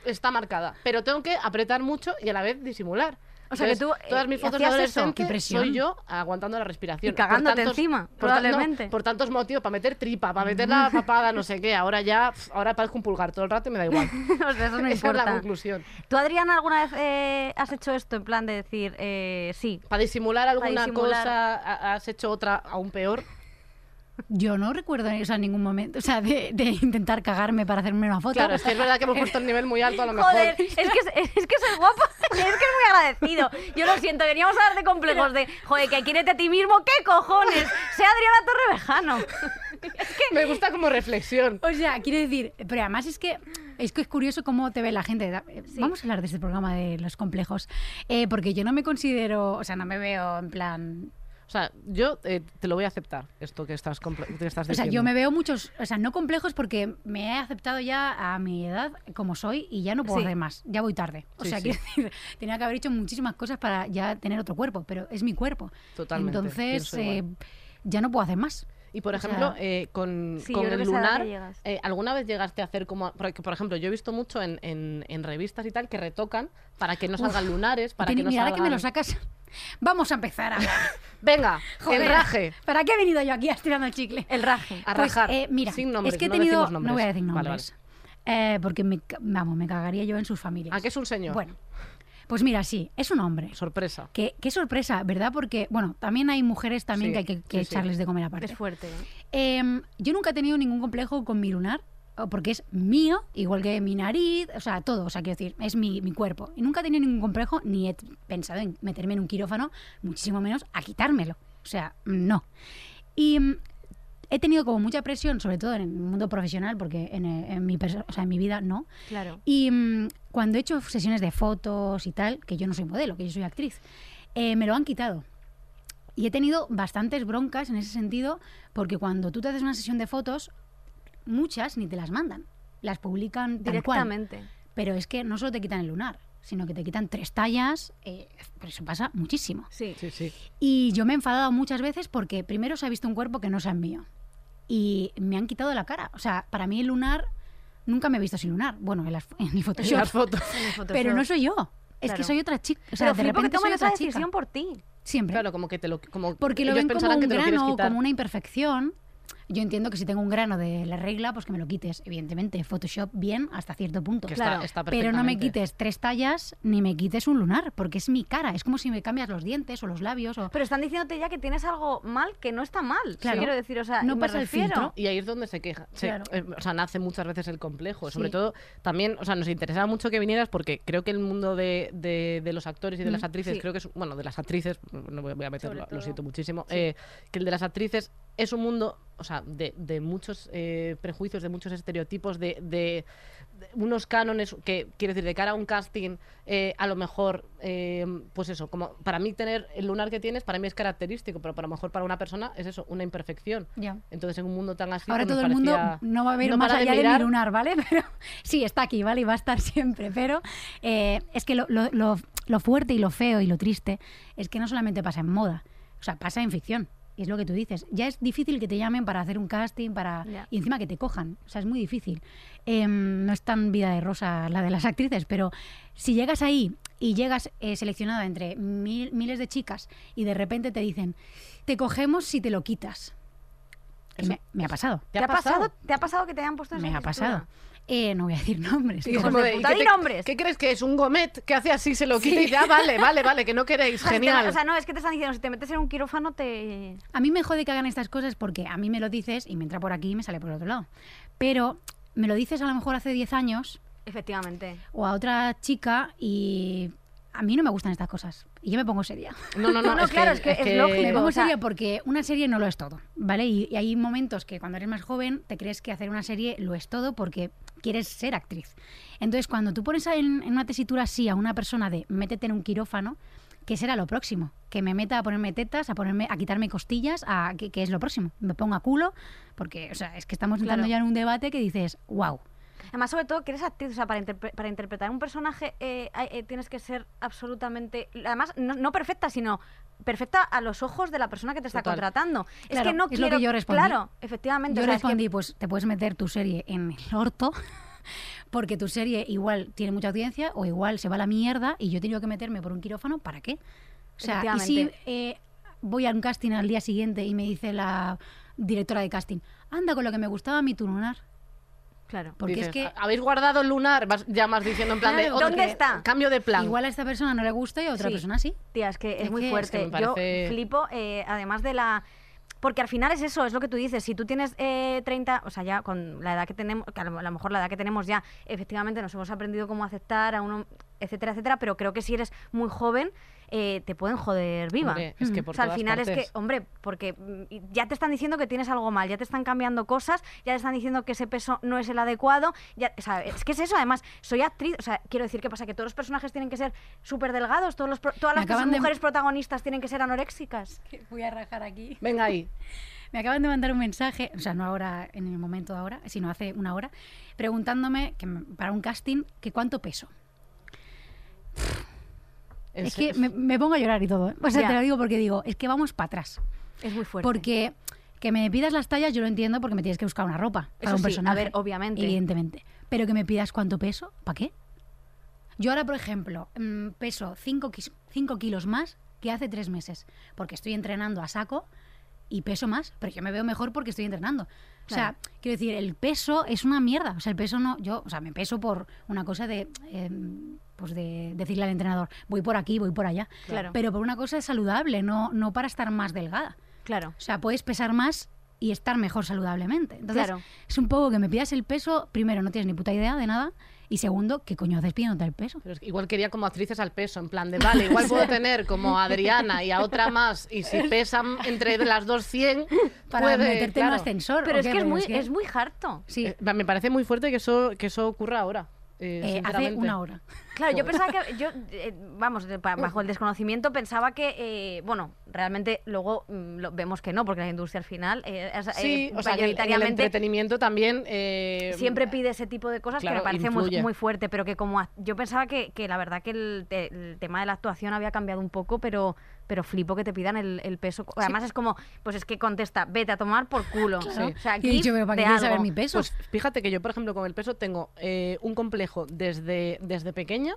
está marcada. Pero tengo que apretar mucho y a la vez disimular.
O sea, que tú,
todas
eh,
mis fotos de
hacías eso.
adolescente
Qué presión.
soy yo aguantando la respiración.
Y cagándote encima,
por ta- no,
probablemente.
por tantos motivos, para meter tripa, para meter la papada, no sé qué. Ahora ya, pf, ahora parezco un pulgar todo el rato y me da igual.
o sea, eso no
Esa es la
importa.
conclusión.
¿Tú, Adriana, alguna vez eh, has hecho esto en plan de decir, eh, sí?
Para disimular alguna
disimular.
cosa, ha- has hecho otra aún peor.
Yo no recuerdo o sea, ningún momento, o sea, de, de intentar cagarme para hacerme una foto.
Claro, es que es verdad que hemos puesto el nivel muy alto a lo mejor.
Joder, es que, es, es que soy guapa, es que es muy agradecido. Yo lo siento, veníamos a hablar de complejos de, joder, que quírete a ti mismo, ¿qué cojones? Sea Adriana Torre Vejano.
Me gusta como reflexión.
O sea, quiero decir, pero además es que es que es curioso cómo te ve la gente. Da- eh, Vamos a hablar de este programa de los complejos, Eh, porque yo no me considero, o sea, no me veo en plan,
O sea, yo eh, te lo voy a aceptar, esto que estás, compl- que estás
o sea,
diciendo.
yo me veo muchos, o sea, no complejos porque me he aceptado ya a mi edad como soy y ya no puedo
Sí.
hacer más, ya voy tarde. O
Sí,
sea,
sí.
quiero decir, tenía que haber hecho muchísimas cosas para ya tener otro cuerpo, pero es mi cuerpo.
Totalmente,
Entonces,
pienso igual.
eh, ya no puedo hacer más.
Y por
o sea-
ejemplo, eh, con,
Sí,
con
yo
el
creo que es a la que
lunar,
llegas.
eh, ¿alguna vez llegaste a hacer como.? Porque, por ejemplo, yo he visto mucho en, en- en revistas y tal que retocan para que no salgan lunares, para
Ten-
que no
mira, ahora
salgan.
que me lo sacas, vamos a empezar a hablar.
Venga,
Joder,
enraje.
¿Para qué he venido yo aquí a estirando el chicle?
El raje.
A
Pues,
rajar.
eh, mira,
Sin nombres,
es que he
no
tenido.
decimos
no voy a decir
nombres. Vale,
nombres. Eh, porque me, ca- vamos, me cagaría yo en sus familias.
¿A qué es un señor?
Bueno, pues mira, sí, es un hombre.
Sorpresa.
Que- qué sorpresa, ¿verdad? Porque, bueno, también hay mujeres también
Sí,
que hay que, que
sí, sí.
echarles de comer aparte.
Es fuerte. ¿eh?
Em, yo nunca he tenido ningún complejo con mi lunar, o porque es mío, igual que mi nariz, o sea, todo, o sea, quiero decir, es mi, mi cuerpo. Y nunca he tenido ningún complejo, ni he t- pensado en meterme en un quirófano, muchísimo menos a quitármelo. O sea, no. Y mm, he tenido como mucha presión, sobre todo en el mundo profesional, porque en, eh, en mi, perso- o sea, en mi vida no.
Claro.
Y mm, cuando he hecho sesiones de fotos y tal, que yo no soy modelo, que yo soy actriz, eh, me lo han quitado. Y he tenido bastantes broncas en ese sentido, porque cuando tú te haces una sesión de fotos, muchas ni te las mandan, las publican tal cual.
Directamente.
Pero es que no solo te quitan el lunar, sino que te quitan tres tallas, eh, pero eso pasa muchísimo.
Sí.
Sí, sí.
Y yo me he enfadado muchas veces porque primero se ha visto un cuerpo que no es el mío. Y me han quitado la cara. O sea, para mí el lunar, nunca me he visto sin lunar. Bueno, en, las- en el Photoshop.
Las fotos.
En el Photoshop.
Pero no soy yo. Es
Claro.
que soy otra chica. O sea,
Pero
de
flipo
repente
que toman
soy
esa
otra
decisión
chica.
por ti.
Siempre.
Claro, como que te lo. Como
Porque lo
ellos
ven como
pensarán
un
que te lo quieres
grano,
quitar.
como una imperfección. Yo entiendo que si tengo un grano de la regla, pues que me lo quites. Evidentemente, Photoshop bien hasta cierto punto.
Que
claro,
está, está
Pero no me
perfectamente.
quites tres tallas ni me quites un lunar, porque es mi cara. Es como si me cambias los dientes o los labios. O...
Pero están diciéndote ya que tienes algo mal que no está mal.
Claro.
Quiero decir, o sea,
No
me
pasa el
refiero.
filtro.
Y ahí es donde se queja. se-
Claro.
eh, o sea, nace muchas veces el complejo. Sobre
Sí.
todo, también, o sea, nos interesaba mucho que vinieras porque creo que el mundo de, de- de los actores y de las actrices,
sí.
creo que es, bueno, de las actrices, mm, no voy voy a meterlo,
Sobre
lo
todo.
siento muchísimo, eh, que el de las actrices es un mundo, o sea, de, de muchos eh, prejuicios, de muchos estereotipos, de, de- de unos cánones que, quiero decir, de cara a un casting, eh, a lo mejor, eh, pues eso, como para mí tener el lunar que tienes, para mí es característico, pero para lo mejor para una persona es eso, una imperfección.
Ya.
Entonces, en un mundo tan así.
Ahora
pues,
todo
nos
el mundo
parecía-
no va a ver
no
más
para
allá de,
mirar.
mi lunar, ¿vale? Pero sí, está aquí, ¿vale? Y va a estar siempre. Pero eh, es que lo, lo- lo- lo fuerte y lo feo y lo triste es que no solamente pasa en moda, o sea, pasa en ficción. Y es lo que tú dices. Ya es difícil que te llamen para hacer un casting, para
Ya.
y encima que te cojan. O sea, es muy difícil. Em, no es tan vida de rosa la de las actrices, pero si llegas ahí y llegas eh, seleccionada entre mil- miles de chicas y de repente te dicen, te cogemos si te lo quitas. Que
Eso-
me- me ha pasado.
¿Te ha pasado? ¿Te ha pasado que te hayan puesto esa
Me ha
textura?
pasado. Eh, no voy a decir nombres.
Y es
pero-
como de,
puta,
¿y qué
di
te-
nombres.
¿Qué crees que es? ¿Un gomet que hace así, se lo quita y dice, ah, vale, vale, vale, que no queréis,
O sea, si te-
genial.
o sea, no, es que te están diciendo, si te metes en un quirófano te...
A mí me jode que hagan estas cosas porque a mí me lo dices y me entra por aquí y me sale por otro lado. Pero me lo dices a lo mejor hace 10 años
Efectivamente.
o a otra chica y a mí no me gustan estas cosas. Y yo me pongo seria.
no, no, no,
No, no,
es
claro,
que,
es que es lógico.
me
Pero,
pongo
o sea-
seria porque una serie no lo es todo, ¿vale? Y, y hay momentos que cuando eres más joven te crees que hacer una serie lo es todo porque quieres ser actriz. Entonces, cuando tú pones en, en una tesitura así a una persona de métete en un quirófano, ¿qué será lo próximo? Que me meta a ponerme tetas, a ponerme a quitarme costillas, a ¿qué, qué es lo próximo? Me ponga culo, porque, o sea, es que estamos entrando
Claro.
ya en un debate que dices, wow.
Además, sobre todo, que eres actriz, o sea, para, interpre- para interpretar un personaje eh, hay- eh, tienes que ser absolutamente, además, no, no perfecta, sino perfecta a los ojos de la persona que te está
Total.
contratando. es
Claro,
que no
es lo
quiero...
que yo respondí.
Claro, efectivamente.
Yo
o sea, es que-
respondí, pues te puedes meter tu serie en el orto, porque tu serie igual tiene mucha audiencia o igual se va a la mierda y yo he tenido que meterme por un quirófano, ¿para qué? O sea, y si
Efectivamente.
eh, voy a un casting al día siguiente y me dice la directora de casting, anda con lo que me gustaba mi lunar,
Claro.
porque
Dices, "Ah,
es que
Habéis guardado el lunar, vas, ya más diciendo en plan de.
Claro.
"Otra
¿Dónde
que-
está?
Cambio de plan.
igual a esta persona no le gusta y a otra
Sí.
persona sí.
Tía, es que es,
Es
muy
que- es
fuerte.
que me parece-
Yo flipo, eh, además de la... Porque al final es eso, es lo que tú dices. Si tú tienes eh, 30, o sea, ya con la edad que tenemos, que a lo a lo mejor la edad que tenemos ya, efectivamente nos hemos aprendido cómo aceptar a uno, etcétera, etcétera, pero creo que si eres muy joven, eh, te pueden joder viva.
Hombre, es que
Mm.
por
o sea, al
todas
final es
partes.
que, hombre, porque mm, y ya te están diciendo que tienes algo mal, ya te están cambiando cosas, ya te están diciendo que ese peso no es el adecuado. Ya, o sea, es que es eso, además, soy actriz, o sea, quiero decir que pasa que todos los personajes tienen que ser súper delgados, todos los, pro- todas
Me
las
acaban
perso-
de-
mujeres protagonistas tienen que ser anoréxicas.
Voy a rajar aquí.
Venga ahí.
Me acaban de mandar un mensaje, o sea, no ahora, en el momento de ahora, sino hace una hora, preguntándome que me- para un casting que cuánto peso.
En
es
serio.
que me, me pongo a llorar y todo. ¿eh? O sea,
Ya.
te lo digo porque digo, es que vamos para atrás.
Es muy fuerte.
Porque que me pidas las tallas yo lo entiendo porque me tienes que buscar una ropa para
Eso
un
sí,
personaje.
a ver, obviamente.
Evidentemente. Pero que me pidas cuánto peso, ¿para qué? Yo ahora, por ejemplo, mm, peso 5 kilos más que hace tres meses porque estoy entrenando a saco y peso más, pero yo me veo mejor porque estoy entrenando. O sea,
Claro.
quiero decir, el peso es una mierda. O sea, el peso no, yo, o sea, me peso por una cosa de, eh, pues de decirle al entrenador, voy por aquí, voy por allá.
Claro.
Pero por una cosa saludable, no, no para estar más delgada.
Claro.
O sea, puedes pesar más y estar mejor saludablemente. Entonces,
Claro.
es un poco que me pidas el peso, primero, no tienes ni puta idea de nada, y segundo, ¿qué coño haces pidiéndote el peso?
Pero es que igual quería como actrices al peso, en plan de vale, igual puedo tener como a Adriana y a otra más, y si pesan entre las dos 100,
Para
puede,
meterte en un
claro.
ascensor.
Pero
¿o
es
qué
que es
rollo?
muy, es muy harto.
Sí,
Eh, me parece muy fuerte que eso, que eso ocurra ahora. eh,
eh, hace
sinceramente.
una hora.
Claro, yo
Joder.
pensaba que, yo, eh, vamos, de- pa- bajo el desconocimiento pensaba que, eh, bueno, realmente luego mm, lo- vemos que no, porque la industria al final, eh, es- eh,
Sí, o sea, que el- en el
mayoritariamente
entretenimiento también. eh,
siempre pide ese tipo de cosas que
claro,
me parece muy,
influye.
muy fuerte, pero que como a- yo pensaba que, que la verdad que el, te- el tema de la actuación había cambiado un poco, pero pero flipo que te pidan el, el peso. Además es como, pues es que contesta, vete a tomar por culo. O sea,
Y he dicho,
gif
pero ¿para
de
qué quieres
algo.
saber mi peso?
Pues fíjate que yo, por ejemplo, con el peso tengo eh, un complejo desde, desde pequeña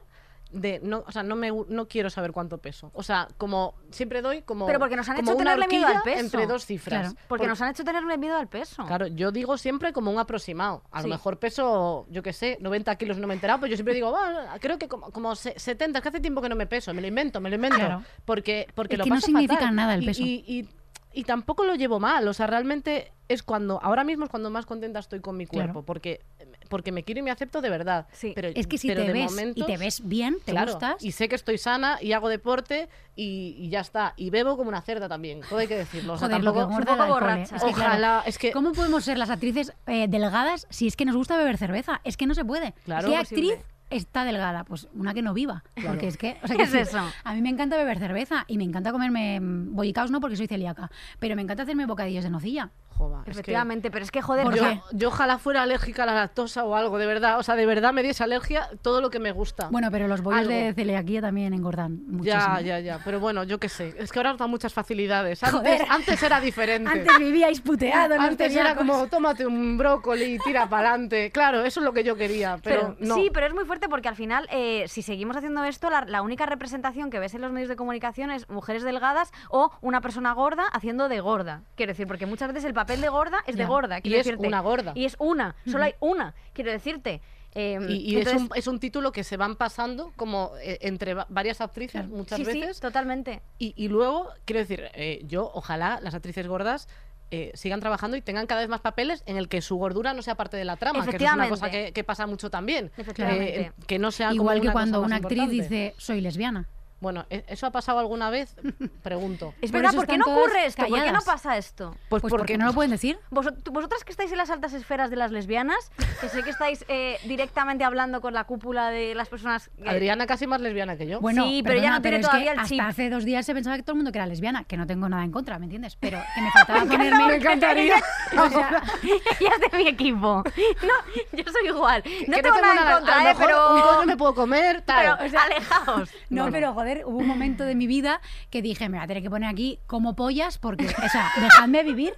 de no, o sea, no me gu- no quiero saber cuánto peso. O sea, como siempre doy como
Pero porque nos han
como
hecho
una
tenerle miedo al
horquilla
peso.
entre dos cifras.
Claro,
Porque nos han hecho tenerle miedo al
Ah.
peso.
Claro, yo digo siempre como un aproximado. A
Sí.
lo mejor peso, yo qué sé, 90 kilos no me he enterado, pero yo siempre digo, "Bueno, creo que como, como se- 70, es que hace tiempo que no me peso, me lo invento, me lo invento.
Claro.
Porque, porque
Es
lo
que no
paso
significa
fatal.
nada el
Y-
peso.
Y, y- y tampoco lo llevo mal, o sea, realmente es cuando, ahora mismo es cuando más contenta estoy con mi
Claro.
cuerpo, porque, porque me quiero y me acepto de verdad.
Sí.
Pero,
Es que si
pero
te
de
ves y
momentos-
te ves bien, te
claro,
gustas.
Y sé que estoy sana y hago deporte y, y ya está. Y bebo como una cerda también, todo hay que decirlo. O sea,
Joder, lo que
tampoco...
engorda
un poco
el alcohol, ¿eh?
borracha.
Es que, claro,
Ojalá, es que
¿Cómo podemos ser las actrices eh, delgadas si es que nos gusta beber cerveza? Es que no se puede.
Claro,
¿Qué
imposible.
actriz está delgada? Pues una que no viva. Porque es que. o sea,
¿Qué
que
es
sí,
eso?
A mí me encanta beber cerveza y me encanta comerme mm, bollicaos, no porque soy celíaca, pero me encanta hacerme bocadillos de nocilla.
Joba, es que-
Efectivamente, pero es que joder,
¿Por
o
yo,
sea,
qué?
yo ojalá fuera alérgica a la lactosa o algo, de verdad. O sea, de verdad me diese alergia todo lo que me gusta.
Bueno, pero los bollos
Algo.
de celiaquía también engordan muchísimo.
ya, ya, ya. Pero bueno, yo qué sé. Es que ahora os da muchas facilidades. Antes,
Joder.
antes era diferente.
Antes vivíais puteado, no
Antes era como, tómate un brócoli y tira para adelante. Claro, eso es lo que yo quería, pero, no.
Sí, pero es muy fuerte porque al final, eh, si seguimos haciendo esto, la, la única representación que ves en los medios de comunicación es mujeres delgadas o una persona gorda haciendo de gorda. Quiero decir, porque muchas veces el papel de gorda es de
Ya.
gorda. Quiero
Y es
decirte.
una gorda.
Y es una, solo hay una. Quiero decirte. Eh,
Y, y es,
entonces-
un, es un título que se van pasando como eh, entre va- varias actrices
Claro.
muchas
sí, sí,
veces.
totalmente.
Y, y luego, quiero decir, eh, yo ojalá las actrices gordas eh, sigan trabajando y tengan cada vez más papeles en el que su gordura no sea parte de la trama, que eso es una
Efectivamente.
cosa que, que pasa mucho también.
Efectivamente.
Eh, que no sea como
Igual que
una cosa
cuando
más
una actriz
importante.
dice, soy lesbiana.
Bueno, ¿e- ¿eso ha pasado alguna vez? Pregunto.
Es
Por
verdad,
eso
¿por qué no
están todas
ocurre esto? ¿Por qué no
calladas.
pasa esto?
Pues,
Pues
porque
porque no lo pueden decir.
Vosot- vosotras que estáis en las altas esferas de las lesbianas, que sé que estáis eh, directamente hablando con la cúpula de las personas. eh, que-
Adriana casi más lesbiana que yo.
Bueno,
Sí, pero ya no tiene
es que
todavía el chip.
Hasta hace dos días se pensaba que todo el mundo que era lesbiana, que no tengo nada en contra, ¿me entiendes? Pero que me faltaba ponerme.
me encantaría.
O sea,
Ella es de mi equipo. No, yo soy igual. No
Que
tengo nada en contra,
a lo
eh,
mejor
pero.
un coño me puedo comer, tal.
pero, o sea, alejaos.
no,
Bueno.
pero joder, hubo un momento de mi vida que dije, me voy a tener que poner aquí como pollas porque, o sea, dejadme vivir.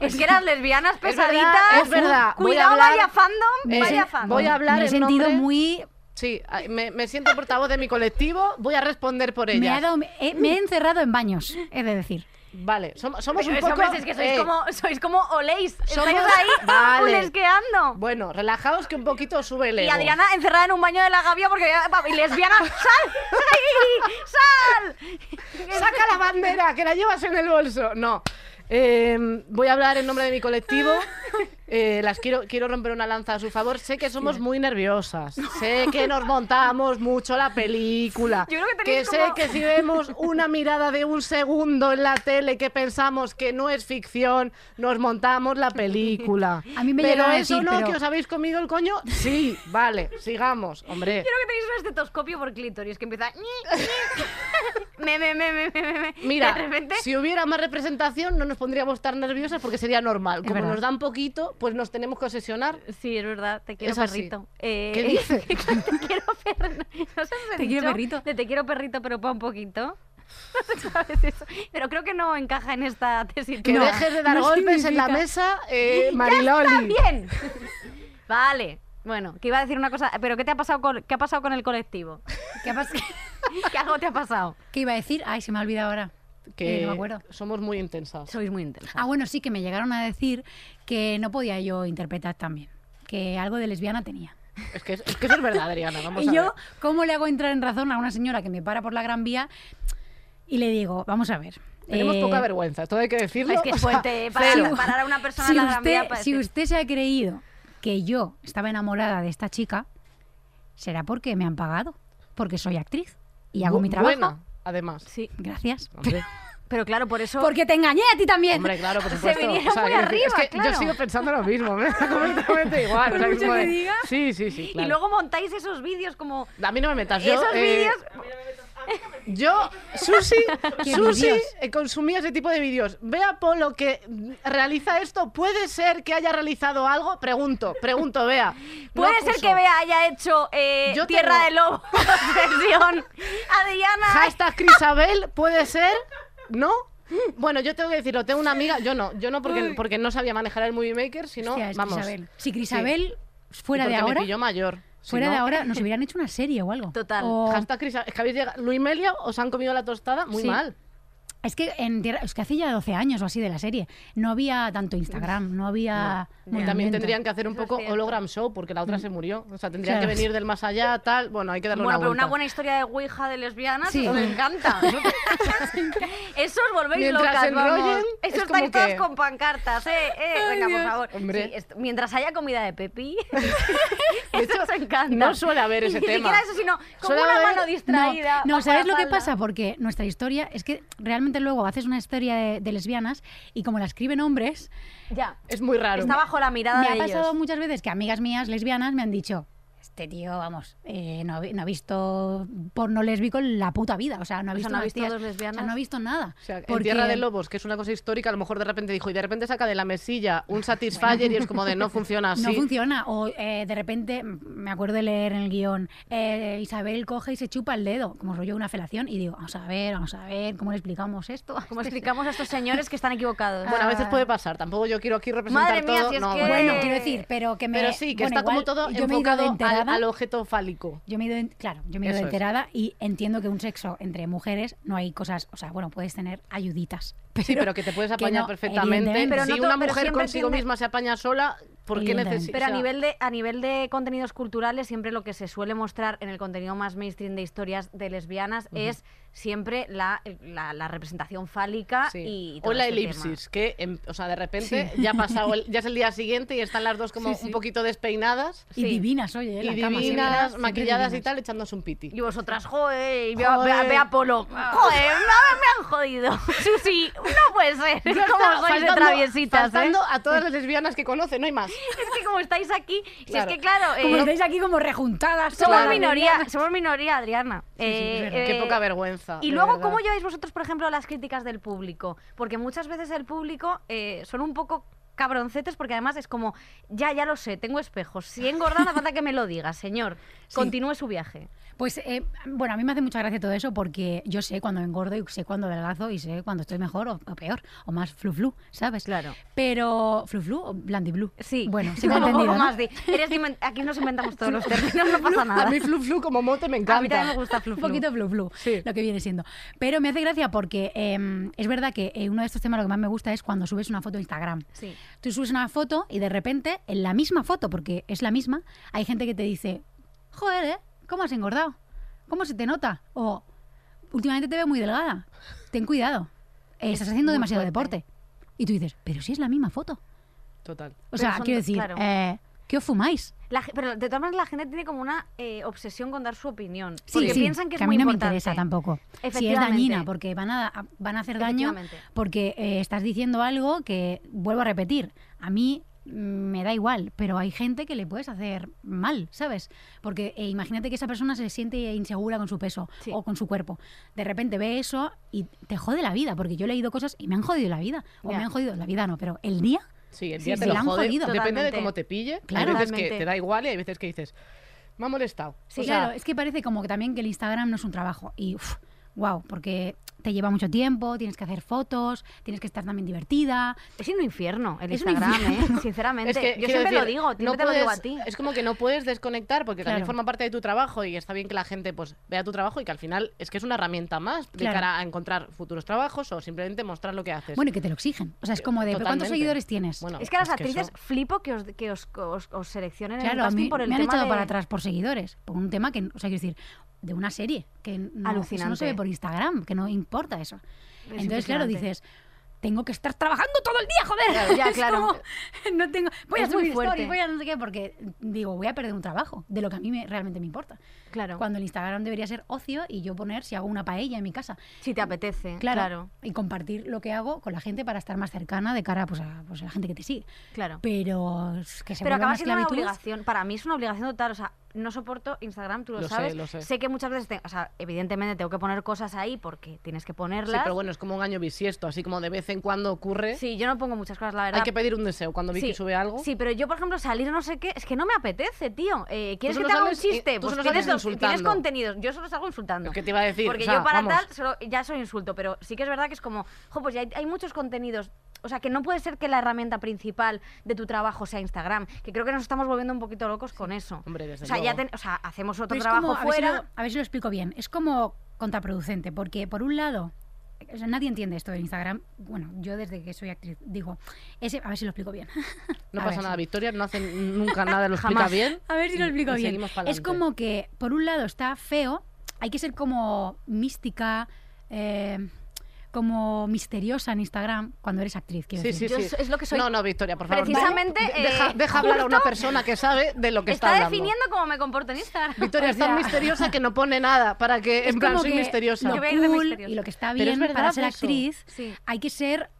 Es que eran lesbianas
verdad,
pesaditas.
es verdad. Voy a
Cuidado,
hablar-
vaya fandom.
Eh,
vaya
sí,
fandom.
voy a hablar
Me he
en
sentido
nombre-
muy.
Sí, ay, me, me siento portavoz de mi colectivo, voy a responder por
Me, ha
ellas.
dado- he- me he encerrado en baños, he de decir.
Vale, som- somos
Pero
un
es,
poco...
Pues hombre, es que sois,
eh,
como, sois como oléis. Estáis
Somos-
ahí
Vale.
pulesqueando.
Bueno, relajaos que un poquito sube el
Y
ego.
Adriana encerrada en un baño de la gavia porque y lesbiana, ¡sal! ¡Ay! ¡Sal!
¡Saca la bandera, que la llevas en el bolso! No. Eh, voy a hablar en nombre de mi colectivo. Eh, las quiero, quiero romper una lanza a su favor. Sé que somos muy nerviosas. Sé que nos montamos mucho la película.
Yo creo que
que
tenéis
sé
como-
que si vemos una mirada de un segundo en la tele que pensamos que no es ficción, nos montamos la película.
A mí me
pero
llegaron a
eso
decir,
no,
pero-
que os habéis comido el coño. Sí, vale, sigamos, hombre.
Yo creo que tenéis un estetoscopio por clítoris que empieza. ñi, ñi. me, me, me, me, me, me.
Mira,
De repente.
si hubiera más representación no nos pondríamos tan nerviosas porque sería normal. Como
verdad.
nos dan poquito, pues nos tenemos que obsesionar.
Sí, es verdad, te quiero
Es así.
perrito. Eh,
¿Qué dices?
te quiero perrito. ¿No sabes el
Te quiero
dicho
perrito.
de te quiero perrito, pero pa' un poquito. No sé, sabes eso. Pero creo que no encaja en esta tesis.
Que dejes de dar
no
golpes en la
significa-
mesa, eh,
¡Está
Mariloli.
bien! Vale. Bueno, que iba a decir una cosa, pero ¿qué te ha pasado con, qué ha pasado con el colectivo?
¿Qué, pas-
¿Qué algo te ha pasado?
¿Qué iba a decir? Ay, se me ha olvidado ahora.
Que
Eh, no me acuerdo.
somos muy intensas.
Sois muy interesantes.
Ah, bueno, sí, que me llegaron a decir que no podía yo interpretar también, que algo de lesbiana tenía.
Es que, es que eso es verdad, Adriana. Vamos
y
a
yo,
ver.
¿cómo le hago entrar en razón a una señora que me para por la Gran Vía y le digo, vamos a ver?
Tenemos
eh,
poca vergüenza, esto hay que decirlo.
Es que
o
es
sea,
fuerte
cero.
para parar a una persona
si
en la pues gran
usted,
vía para
si
decir-
usted se ha creído que yo estaba enamorada de esta chica, será porque me han pagado, porque soy actriz y hago
Bu-
mi trabajo.
Buena, además.
Sí,
Gracias.
Hombre,
pero claro, por eso...
Porque te engañé a ti también.
hombre, claro, por
Se
supuesto.
vinieron muy
quiero decir, es
arriba,
que
claro.
yo sigo pensando lo mismo, me da completamente igual.
Por
o sea,
mucho
como
que
de-
diga.
Sí, sí, sí.
Y
claro.
luego montáis esos vídeos como...
A mí no me metas. Yo,
Esos
eh,
vídeos...
Yo, Susi,
¿Qué
Susi
vídeos?
eh, consumía ese tipo de vídeos. Vea Polo que mm, realiza esto. ¿Puede ser que haya realizado algo? Pregunto, pregunto, Vea. No
Puede ser
acuso.
que Bea haya hecho eh,
Yo
Tierra
tengo-
de Lobos, versión Adriana.
Hashtag Crisabel, ¿puede ser? ¿No? Bueno, yo tengo que decirlo. Tengo una amiga. Yo no, yo no porque, porque no sabía manejar el Movie Maker, sino.
Hostia, es
vamos.
Crisabel. Si Crisabel fuera
Y
de
porque
ahora,
Me pilló mayor.
Fuera
no-
de ahora nos hubieran hecho una serie o algo.
Total.
O-
Hashtag Cris- es que habéis llegado. Luis Melia os han comido la tostada muy
Sí.
mal.
Es que en tierra- es que hace ya 12 años o así de la serie. No había tanto Instagram, no había.
Y también
movimiento.
tendrían que hacer un
Eso es
poco
cierto.
hologram show porque la otra se murió. O sea, tendrían
Mm. Claro.
que venir del más allá, tal. Bueno, hay que darle
Bueno,
una
pero una
vuelta.
buena historia de Ouija de lesbianas,
Sí.
eso me encanta. eso os volvéis
Mientras
locas, vamos.
enrollen, es
Eso
como
estáis todas
que-
con pancartas, eh, eh. Venga, por favor.
Hombre.
Sí, esto- mientras haya comida de Pepi,
De hecho,
eso os encanta.
no suele haber ese
Ni
tema.
siquiera eso, sino como
Suele
una
haber-
mano distraída.
No, no,
bajo
¿sabes
la
lo que
falda.
pasa? Porque nuestra historia es que realmente luego haces una historia de, de lesbianas y como la escriben hombres,
Ya.
Es muy raro.
Está bajo la mirada
me ha
de
pasado
ellos.
muchas veces que amigas mías lesbianas me han dicho. Este tío, vamos, eh, no, ha vi- no ha visto porno lésbico en la puta vida. O sea, no ha
O sea,
visto,
¿no ha
unas
visto
tías-
dos
o sea,
lesbianas?
no ha visto nada.
O sea, en
Porque-
Tierra de Lobos, que es una cosa histórica, a lo mejor de repente dijo, y de repente saca de la mesilla un Satisfyer y es como de no funciona así.
No funciona. O eh, de repente, m- me acuerdo de leer en el guión, eh, Isabel coge y se chupa el dedo, como rollo una felación, y digo, vamos a ver, vamos a ver, ¿cómo le explicamos esto? Este
Como explicamos a estos señores que están equivocados.
Bueno, a veces puede pasar, tampoco yo quiero aquí representar
Ah. Madre mía,
todo.
si es
no,
que-
Bueno, quiero decir, pero que me...
Pero sí, que
bueno,
está como
igual
todo
yo me he ido
enfocado
de
al,
enterada.
al objeto fálico.
Yo me he ido, en- claro, yo me he ido de
Eso es.
enterada y entiendo que un sexo entre mujeres no hay cosas, o sea, bueno, puedes tener ayuditas.
Sí, pero que te puedes
que
apañar
no,
perfectamente.
evidentemente.
Pero
si
no to-
una
pero
mujer
siempre
consigo
tiende-
misma se apaña sola, ¿por qué
Evidentemente.
necesita?
Pero a nivel de a nivel de contenidos culturales siempre lo que se suele mostrar en el contenido más mainstream de historias de lesbianas es siempre la, la, la representación fálica
Sí.
y todo
o la
este
elipsis, que em- o sea, de repente ya ha pasado, el- ya es el día siguiente y están las dos como un poquito despeinadas
Y
Sí.
divinas, oye,
y
en la cama, siempre-
divinas,
siempre
maquilladas y
divinas.
tal, echándose un piti.
tema. Y vosotras, joder, y ve, a- ve a-
Joder. Ah.
ve a Polo. Joder, no, me han jodido. Susi, no puede ser.
Ya
Es como
está,
sois de
faltando-
traviesitas, ¿eh?
faltando a todas las lesbianas que conoce, no hay más.
Es que como estáis aquí, si es
Claro.
que claro,
Como
eh,
estáis aquí como rejuntadas.
somos
todas.
minoría, somos minoría, Adriana. Eh,
es verdad.
Qué
eh,
poca vergüenza.
Y
de
luego,
verdad.
¿cómo lleváis vosotros, por ejemplo, las críticas del público? Porque muchas veces el público eh, son un poco cabroncetes porque además es como, ya, ya lo sé, tengo espejos. Si he engordado, hace falta que me lo diga, señor. Continúe su viaje.
Pues, eh, bueno, a mí me hace mucha gracia todo eso porque yo sé cuando engordo y sé cuando adelgazo y sé cuando estoy mejor o, o peor o más flu-flu, ¿sabes?
Claro.
Pero, ¿flu-flu o blandiblu?
Sí.
Bueno, sí me he
Un poco
entendido, ¿no?
más de- eres de inven- aquí nos inventamos todos los términos, no pasa nada.
A mí Flu Flu como mote me encanta.
A mí también me gusta flu,
Un
flu.
poquito flu-flu,
Sí.
lo que viene siendo. Pero me hace gracia porque eh, es verdad que eh, uno de estos temas lo que más me gusta es cuando subes una foto a Instagram.
Sí.
Tú subes una foto y de repente, en la misma foto, porque es la misma, hay gente que te dice, joder, ¿eh? ¿Cómo has engordado? ¿Cómo se te nota? O, últimamente te veo muy delgada. Ten cuidado. Eh, estás haciendo
muy
demasiado
fuerte.
deporte. Y tú dices, pero si es la misma foto.
Total.
O
Pero
sea,
son
quiero
dos,
decir,
claro.
eh, ¿qué os fumáis?
La ge- pero de todas maneras la gente tiene como una eh, obsesión con dar su opinión.
Sí,
Porque
sí,
piensan que es
a mí
muy
no
importante.
me interesa tampoco. Si es
Efectivamente.
dañina, porque van a, a- van a hacer daño,
Efectivamente.
porque eh, estás diciendo algo que, vuelvo a repetir, a mí mm, me da igual, pero hay gente que le puedes hacer mal, ¿sabes? Porque eh, imagínate que esa persona se siente insegura con su peso
Sí.
o con su cuerpo. De repente ve eso y te jode la vida, porque yo he leído cosas y me han jodido la vida. O
Ya.
me han jodido la vida, no, pero el día
Sí, el
Sí,
día te
se
lo
la han
jode.
jodido.
Depende de
Totalmente.
cómo te pille.
Claro.
Hay veces que
Totalmente.
te da igual y hay veces que dices, me ha molestado.
Sí,
o sea,
claro, es que parece como que también que el Instagram no es un trabajo. Y wow, porque te lleva mucho tiempo, tienes que hacer fotos, tienes que estar también divertida.
Es un infierno el
Es un
Instagram,
infierno.
¿eh? Sinceramente.
Es que,
Yo
quiero
siempre lo
decir,
digo, siempre
no
te lo digo a
puedes-
ti.
Es como que no puedes desconectar porque también
Claro.
forma parte de tu trabajo y está bien que la gente pues vea tu trabajo y que al final es que es una herramienta más de
Claro.
cara a encontrar futuros trabajos o simplemente mostrar lo que haces.
Bueno, y que te lo exigen. O sea, es como de ¿pero ¿cuántos
Totalmente.
seguidores tienes?
Bueno,
Es que a las
es que
actrices
eso-
flipo que os, que os, os- os seleccionen en el
claro, a
casting
mí
por el
me han
tema
echado
de-
para atrás por seguidores, por un tema que, o sea, quiero decir, de una serie que no, eso no
Alucinante.
se ve por Instagram, que no importa eso.
Es
Entonces, claro,
impresionante.
dices, tengo que estar trabajando todo el día, joder.
Claro, ya,
Es
claro.
como, no tengo, voy
Es
a
muy
subir
fuerte.
stories, voy a no sé qué, porque digo, voy a perder un trabajo de lo que a mí me- realmente me importa.
Claro.
Cuando el Instagram debería ser ocio y yo poner si hago una paella en mi casa.
Si te apetece.
Claro.
Mm, Claro.
Y compartir lo que hago con la gente para estar más cercana de cara pues, a, pues, a la gente que te sigue.
claro.
Pero es que se
Pero
vuelva
acaba
una
siendo una
esclavitud.
obligación. Para mí es una obligación total. O sea, no soporto Instagram, tú lo,
Lo sé,
sabes.
lo sé.
que muchas veces, te- o sea, evidentemente tengo que poner cosas ahí porque tienes que
Sí,
ponerlas.
pero bueno, es como un año bisiesto, así como de vez en cuando ocurre.
Sí, yo no pongo muchas cosas, la verdad.
Hay que pedir un deseo cuando Vicky
Sí,
sube algo.
Sí, pero yo, por ejemplo, salir no sé qué, es que no me apetece, tío. Eh, ¿Quieres
Tú solo
que te haga un
sales y-
chiste?
tú
Pues
solo
tienes,
sales
dos-
insultando.
tienes contenidos. Yo solo salgo insultando.
Lo que te iba a decir,
Porque
o sea,
yo para
vamos.
tal solo- ya soy insulto, pero sí que es verdad que es como, jo, pues ya hay, hay muchos contenidos. O sea, que no puede ser que la herramienta principal de tu trabajo sea Instagram, que creo que nos estamos volviendo un poquito locos con eso.
Hombre, desde
o sea, ya
luego.
ten- o sea, hacemos otro
Pero es
trabajo
como- a ver si
fuera.
lo- a ver si lo explico bien. Es como contraproducente, porque por un lado, o sea, nadie entiende esto de Instagram. Bueno, yo desde que soy actriz digo, ese, a ver si lo explico bien.
No
A
pasa
ver.
nada, Victoria, no hace nunca nada, lo explica
Jamás.
bien.
A ver si lo
y-
explico
y
bien.
seguimos pa'lante.
Es como que, por un lado, está feo, hay que ser como mística, eh, como misteriosa en Instagram cuando eres actriz, quiero
Sí,
decir.
sí,
Yo
sí.
es lo que soy.
No, no, Victoria, por favor. no.
Precisamente,
De- deja
eh,
deja hablar a una
justo
persona que sabe de lo que está,
está
hablando.
definiendo cómo me comporto en Instagram.
Victoria es tan
sea-
misteriosa que no pone nada para que, en plan,
como
soy
que
misteriosa.
Yo
Lo
voy a ir de
cool
misteriosa.
y lo que está
Pero es
bien
verdad
para ser
eso.
actriz,
Sí.
hay que ser,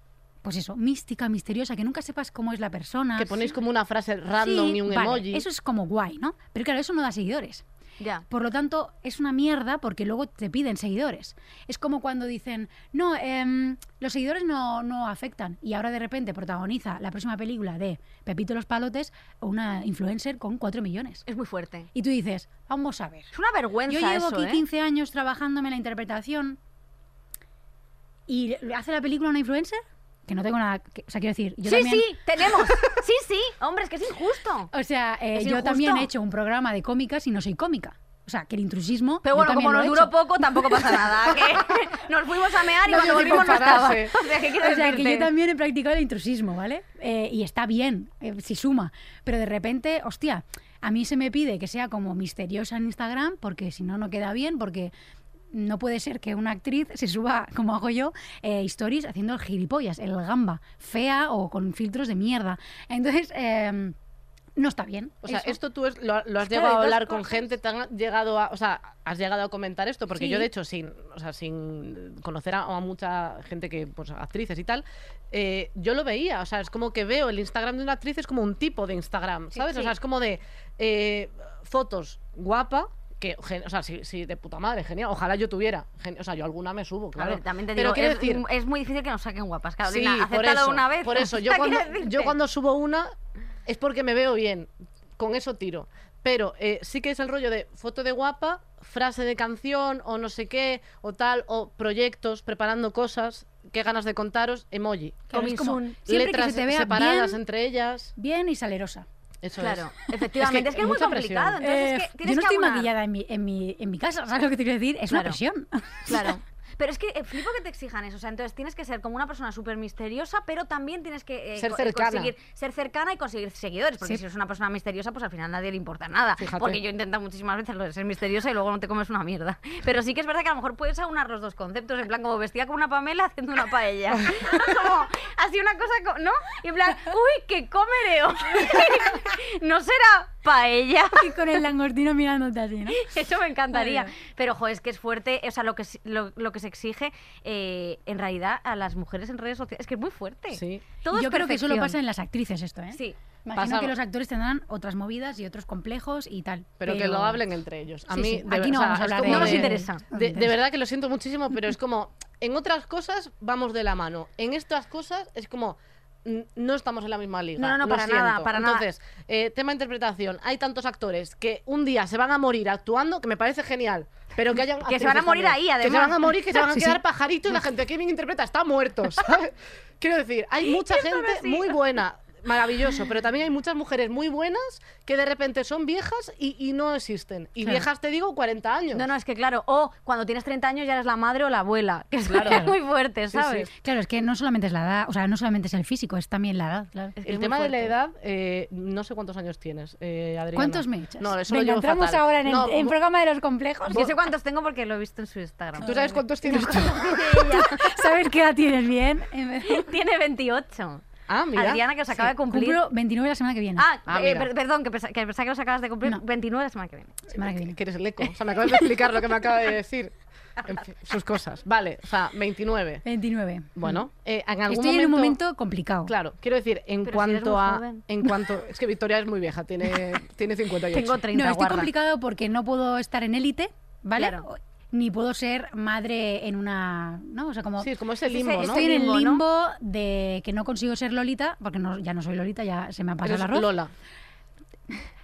pues eso, mística, misteriosa, que nunca sepas cómo es la persona.
Que ponéis como una frase random
Sí,
y un
vale,
emoji.
Eso es como guay, ¿no? Pero claro, eso no da seguidores.
Ya.
Por lo tanto, es una mierda porque luego te piden seguidores. Es como cuando dicen, no, em, los seguidores no, no afectan. Y ahora de repente protagoniza la próxima película de Pepito los Palotes o una influencer con 4 millones.
Es muy fuerte.
Y tú dices, vamos a ver.
Es una vergüenza
Yo llevo
eso,
aquí
¿eh?
15 años trabajándome en la interpretación y hace la película una influencer que no tengo nada. que- o sea, quiero decir, yo
sí,
también.
sí, tenemos. Sí, sí. Hombre, es que es injusto.
O sea, eh,
Es
yo
injusto.
también he hecho un programa de cómicas y no soy cómica. O sea, que el intrusismo.
Pero
yo
bueno,
también
como
lo
nos
he
duró
hecho.
poco, tampoco pasa nada. que nos fuimos a mear y
No dio tiempo
cuando volvimos no
a
estaba.
pararse.
O sea, ¿qué quiero
O sea, que yo
decirte?
también he practicado el intrusismo, ¿vale? Eh, y está bien, eh, si suma. Pero de repente, hostia, a mí se me pide que sea como misteriosa en Instagram, porque si no, no queda bien, porque no puede ser que una actriz se suba, como hago yo, eh, stories haciendo el gilipollas, el gamba, fea o con filtros de mierda. Entonces, em, no está bien.
O sea,
Eso.
esto tú es- lo, lo has
Claro, hay
llegado a
dos
hablar con
cosas.
gente, te han llegado a, o sea, has llegado a comentar esto, porque
Sí.
yo de hecho sin, o sea, sin conocer a, a mucha gente que, pues actrices y tal, eh, yo lo veía, o sea, es como que veo el Instagram de una actriz es como un tipo de Instagram, ¿sabes? O sea, es como de eh, fotos guapa. Que, gen- o sea, sí, sí, de puta madre, genial. Ojalá yo tuviera. gen- o sea, yo alguna me subo,
A
claro.
ver, también te
Pero
digo,
quiero
es,
decir,
es muy difícil que nos saquen guapas,
Sí,
Carolina.
por
acéptalo
eso,
una vez.
Por eso, yo
¿Qué
cuando,
decirte?
yo cuando subo una es porque me veo bien. Con eso tiro. Pero eh, sí que es el rollo de foto de guapa, frase de canción o no sé qué, o tal, o proyectos, preparando cosas, qué ganas de contaros, emoji.
Claro, es
Comisun.
como siempre
letras
que se te vea
separadas
bien,
entre ellas.
bien y salerosa.
Eso
Claro,
es.
efectivamente. Es que es, muy
mucha presión.
complicado. Entonces,
Eh,
es que tienes
yo no
que
estoy
aunar.
maquillada en mi, en, mi, en mi casa, ¿sabes lo que te quiero decir? Es una
Claro.
presión.
Claro. Pero es que eh, flipo que te exijan eso. O sea, entonces tienes que ser como una persona súper misteriosa, pero también tienes que eh,
Ser
co- eh,
cercana.
conseguir ser cercana y conseguir seguidores. Porque
Sí.
si eres una persona misteriosa, pues al final nadie le importa nada.
Fíjate.
Porque yo he intentado muchísimas veces lo de ser misteriosa y luego no te comes una mierda. Pero sí que es verdad que a lo mejor puedes aunar los dos conceptos. En plan, como vestida como una Pamela haciendo una paella. como así una cosa, co- ¿no? Y en plan, uy, qué comereo. no será paella,
Y con el langostino mirándote así, ¿no?
eso me encantaría.
Madre
Pero, jo, es que es fuerte. O sea, lo que, se- lo, lo que se exige eh, en realidad a las mujeres en redes sociales. Es que es muy fuerte.
Sí.
Todo
Y yo
es
creo que solo
perfección.
pasa en las actrices esto, ¿eh?
Sí.
Imagino
Pasa-
que los actores tendrán otras movidas y otros complejos y tal.
Pero, que lo hablen entre ellos. A
Sí,
mí,
sí. Aquí no vamos a
es
hablar
como
de-
No nos interesa. No
nos
De, de
interesa.
verdad que lo siento muchísimo, pero es como, en otras cosas vamos de la mano. En estas cosas es como, mm, no estamos en la misma liga.
No, no, no,
lo
para nada,
siento.
para nada.
Entonces, eh, tema interpretación. Hay tantos actores que un día se van a morir actuando, que me parece genial. Pero que hayan
Que se van a
actrices
morir
también. Que
ahí,
se
además.
van a morir, que se van a
Sí, sí.
quedar pajaritos y la gente que bien interpreta está muerto, ¿sabes? Quiero decir, hay mucha gente muy buena, maravilloso, pero también hay muchas mujeres muy buenas que de repente son viejas y, y no existen. Y
Claro.
viejas, te digo, 40 años.
No, no, es que claro. O cuando tienes 30 años ya eres la madre o la abuela. Que es
Claro.
muy fuerte,
Sí, sí.
¿sabes?
Claro, es que no solamente es la edad, o sea, no solamente es el físico, es también la edad, claro.
Es que es
El
muy
tema de la
fuerte.
edad, eh, no sé cuántos años tienes, eh, Adriana.
¿Cuántos me echas?
No, eso
Venga,
lo llevo
entramos
fatal.
ahora en el
No,
en
vo-
programa de los complejos.
Yo sé cuántos tengo porque lo he visto en su Instagram.
¿Tú sabes cuántos tienes tú?
¿Sabes qué edad tienes bien? En vez-
Tiene 28.
Ah, mira.
Adriana, que os acaba
Sí,
de cumplir.
Cumplo 29 la semana que viene.
Ah,
Ah,
eh,
mira.
per- perdón, que, pensa- que pensaba que os acabas de cumplir
No.
29 la semana que viene.
semana que viene.
Que eres el eco. O sea, me acabas de explicar lo que me acaba de decir. En fin, sus cosas. Vale, o sea, 29.
29.
Bueno, eh, en algún
Estoy
momento...
en un momento complicado.
Claro, quiero decir, en
Pero si eres
cuanto
muy
a...
joven.
En cuanto... Es que Victoria es muy vieja, tiene, tiene 58.
Tengo 30
No, estoy
guarda.
complicado porque no puedo estar en élite, ¿vale?
Claro.
Ni puedo ser madre en una, ¿no? O sea, como
Sí, es como ese
Sí, sí,
limbo, ¿no?
Estoy en
Limbo,
el
¿no?
limbo de que no consigo ser Lolita, porque no, ya no soy Lolita, ya se me ha pasado
Eres
el arroz.
Lola.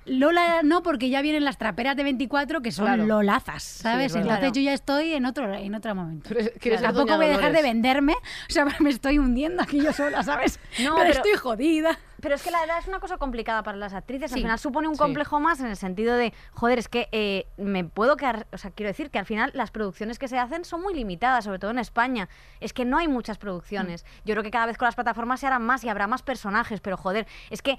Lola no, porque ya vienen las traperas de 24 que son
Claro.
lolazas, ¿sabes?
es verdad.
Entonces
Claro.
yo ya estoy en otro, en otro momento.
Tú eres- quieres ser
Tampoco
Doña
voy a dejar de
Dolores.
venderme, o sea, me estoy hundiendo aquí yo sola, ¿sabes?
No,
pero,
pero-
estoy jodida.
Pero es que la edad es una cosa complicada para las actrices.
Sí.
Al final supone un
Sí.
complejo más en el sentido de, joder, es que eh, me puedo quedar. O sea, quiero decir que al final las producciones que se hacen son muy limitadas, sobre todo en España. Es que no hay muchas producciones. Yo creo que cada vez con las plataformas se harán más y habrá más personajes, pero joder, es que.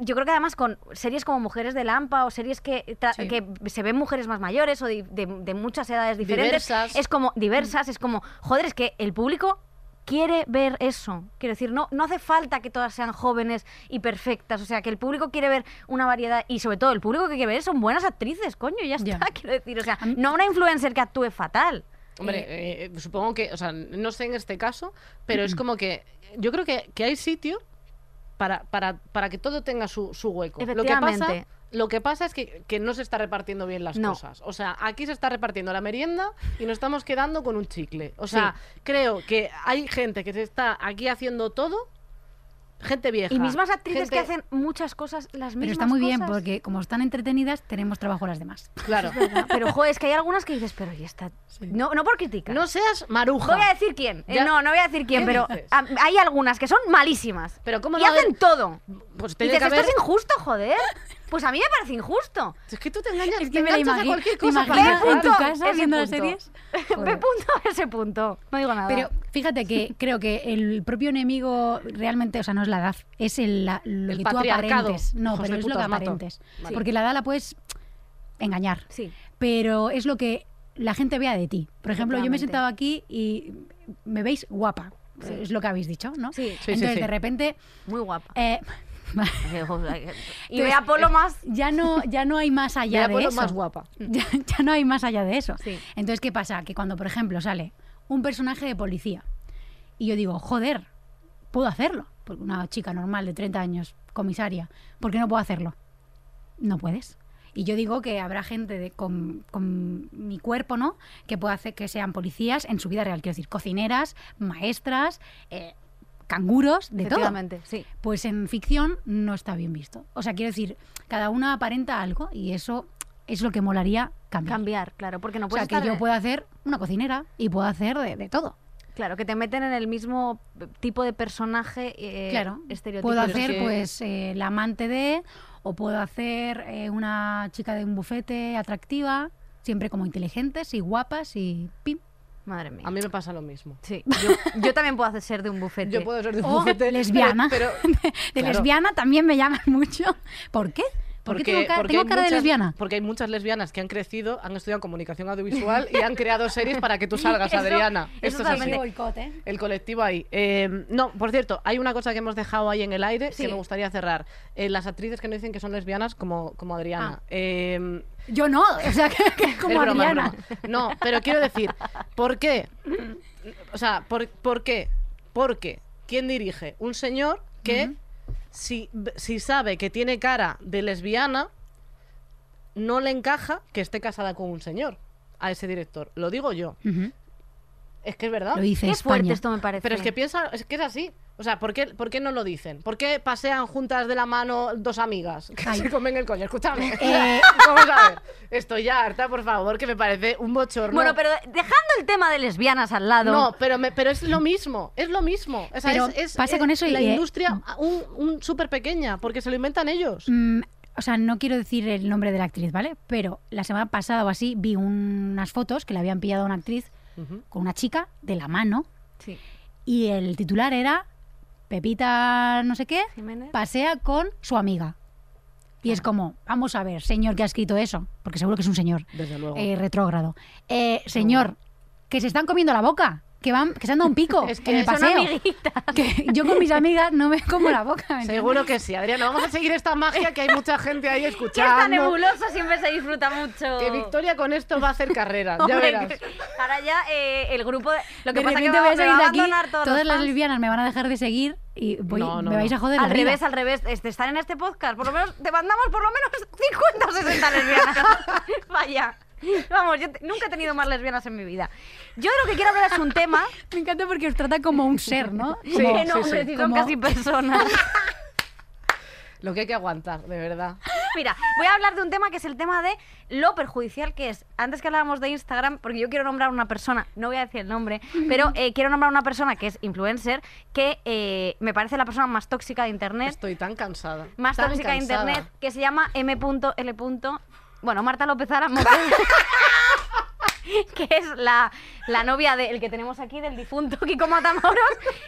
Yo creo que además con series como Mujeres de Lampa o series que, tra-
Sí.
que se ven mujeres más mayores o di- de, de muchas edades diferentes,
Diversas.
es como diversas, es como, joder, es que el público quiere ver eso. Quiero decir, no, no hace falta que todas sean jóvenes y perfectas. O sea, que el público quiere ver una variedad y sobre todo el público que quiere ver son buenas actrices, coño, ya está,
Ya.
quiero decir. O sea, no una influencer que actúe fatal.
Hombre, eh, supongo que, o sea, no sé en este caso, pero es como que yo creo que, que hay sitio para, para, para que todo tenga su, su hueco. Lo que pasa,
Efectivamente.
lo que pasa es que, que no se está repartiendo bien las
No.
cosas. O sea, aquí se está repartiendo la merienda y nos estamos quedando con un chicle. O sea, creo que hay gente que se está aquí haciendo todo, gente vieja.
Y mismas actrices
gente-
que hacen muchas cosas las mismas.
Pero está muy bien
cosas.
porque como están entretenidas, tenemos trabajo las demás.
Claro.
Ah, Pero, joder, es que hay algunas que dices, pero ya está. No, no por criticar.
No seas maruja.
voy a decir quién. Eh,
Ya-
No, no voy a decir quién,
¿Qué
pero
dices?
ah, hay algunas que son malísimas.
Pero ¿cómo
y
no haber-
hacen todo.
Pues
Y
tiene
dices,
que haber-
esto es injusto, joder. Pues a mí me parece injusto.
Es que tú te engañas, te
Es que me la
enganchas a
imagino,
cualquier
te
cosa. para
imaginas
llegar.
en tu
punto,
casa
ese
viendo las
punto.
series.
Ve
Joder.
punto a ese punto. No digo nada.
Pero fíjate que creo que el propio enemigo realmente, o sea, no es la edad, es el, la- lo
El
que tú
patriarcado,
aparentes. No,
hijos
pero
de
es lo que
putas, mato.
aparentes.
Vale.
Porque la edad la puedes engañar.
sí.
Pero es lo que la gente vea de ti. Por ejemplo, yo me he
Efectivamente.
sentado aquí y me veis guapa. Es lo que habéis dicho, ¿no?
Sí. Sí,
sí,
Entonces,
sí.
de repente.
Muy guapa.
eh,
y ve a Polo más.
ya no, ya no hay pues, más
Mira,
allá de
ponlo
eso.
más guapa.
Ya, ya no hay más allá de eso.
Sí.
Entonces, ¿qué pasa? Que cuando, por ejemplo, sale un personaje de policía y yo digo, joder, puedo hacerlo. Porque una chica normal de 30 años, comisaria, ¿por qué no puedo hacerlo? No puedes. Y yo digo que habrá gente de- con, con mi cuerpo, ¿no? Que pueda hacer que sean policías en su vida real. Quiero decir, cocineras, maestras, eh, canguros, de todo
Efectivamente, sí.
pues en ficción no está bien visto. O sea, quiero decir, cada una aparenta algo y eso es lo que molaría cambiar.
Cambiar, claro, porque no
Mm. O
puedes
sea, que
estar eh,
yo
en-
pueda hacer una cocinera y pueda hacer de, de todo.
Claro, que te meten en el mismo tipo de personaje eh,
claro.
estereotipo.
Puedo
pero es
hacer,
que-
pues, eh, la amante de, o puedo hacer eh, una chica de un bufete atractiva, siempre como inteligentes y guapas y pim.
Madre mía.
A mí me pasa lo mismo.
Sí, yo, yo también puedo hacer ser de un bufete.
Yo puedo ser de un
O
bufete,
lesbiana.
Pero,
de
Claro.
lesbiana también me llaman mucho. ¿Por qué? ¿Por qué tengo, cara- tengo
hay
cara de
muchas-
lesbiana?
Porque hay muchas lesbianas que han crecido, han estudiado comunicación audiovisual y han creado series para que tú salgas,
Eso-
Adriana.
eso
Esto es así.
totalmente.
El colectivo ahí. Eh, no, por cierto, hay una cosa que hemos dejado ahí en el aire
Sí.
que me gustaría cerrar. Eh, las actrices que no dicen que son lesbianas, como, como Adriana.
Ah.
Eh,
Yo no, o sea, que, que como
es broma, es
Adriana.
broma. No, pero quiero decir, ¿por qué? O sea, ¿por, por qué? Porque, ¿quién dirige? Un señor que, si, si sabe que tiene cara de lesbiana, no le encaja que esté casada con un señor, a ese director. Lo digo yo.
Ujú.
Es que es verdad.
Lo dice
Qué fuerte
España.
esto me parece.
Pero es que piensa, es que es así. O sea, ¿por qué, ¿por qué no lo dicen? ¿Por qué pasean juntas de la mano dos amigas que
Ay.
se comen el coño? Escúchame.
Eh.
Vamos a ver. Estoy ya harta, por favor, que me parece un bochorno.
Bueno, pero dejando el tema de lesbianas al lado.
No, pero, me- pero es lo mismo, es lo mismo. O sea,
Pero
es, es-
pasa
es
con eso y,
la
eh,
industria un, un súper pequeña, porque se lo inventan ellos.
Mm, o sea, no quiero decir el nombre de la actriz, ¿vale? Pero la semana pasada o así vi unas fotos que le habían pillado a una actriz
Ujú.
con una chica de la mano
Sí.
y el titular era Pepita no sé qué
Jiménez.
pasea con su amiga. Y es como, vamos a ver, señor que ha escrito eso, porque seguro que es un señor
Desde luego.
eh, retrógrado. Eh, señor, que se están comiendo la boca, que van que se han dado un pico
Es que
en el
son
paseo.
amiguitas.
Que yo con mis amigas no me como la boca. ¿me entiendes?
Seguro que sí, Adriana. Vamos a seguir esta magia que hay mucha gente ahí
Que esta
escuchando.
nebulosa siempre se disfruta mucho.
Que Victoria con esto va a hacer carrera, ya
Hombre,
verás.
que- Ahora ya eh, el grupo. de- Lo que
De
pasa es que
repente
me va,
vais a
me va
ir
a
aquí,
abandonar todos
todas
los
las
fans.
lesbianas me van a dejar de seguir y voy-
No, no,
me vais
no.
a joder.
Al
la
revés,
vida.
al revés, este, estar en este podcast, por lo menos te mandamos por lo menos 50 o 60 lesbianas. Vaya. Vamos, yo te- nunca he tenido más lesbianas en mi vida. Yo de lo que quiero hablar es un tema.
Me encanta porque os trata como un ser, ¿no?
Sí,
Como-
que no,
sí,
hombre,
sí.
si son
como-
casi personas.
Lo que hay que aguantar, de verdad.
mira, voy a hablar de un tema que es el tema de lo perjudicial que es. Antes que hablábamos de Instagram, porque yo quiero nombrar una persona, no voy a decir el nombre, pero eh, quiero nombrar una persona que es influencer, que eh, me parece la persona más tóxica de
Eh,
Internet.
Estoy tan cansada.
más
tan
tóxica de
cansada.
internet que se llama M.L. Bueno, Marta López Álamo. que es la, la novia del que tenemos aquí, del difunto Kiko Matamoros,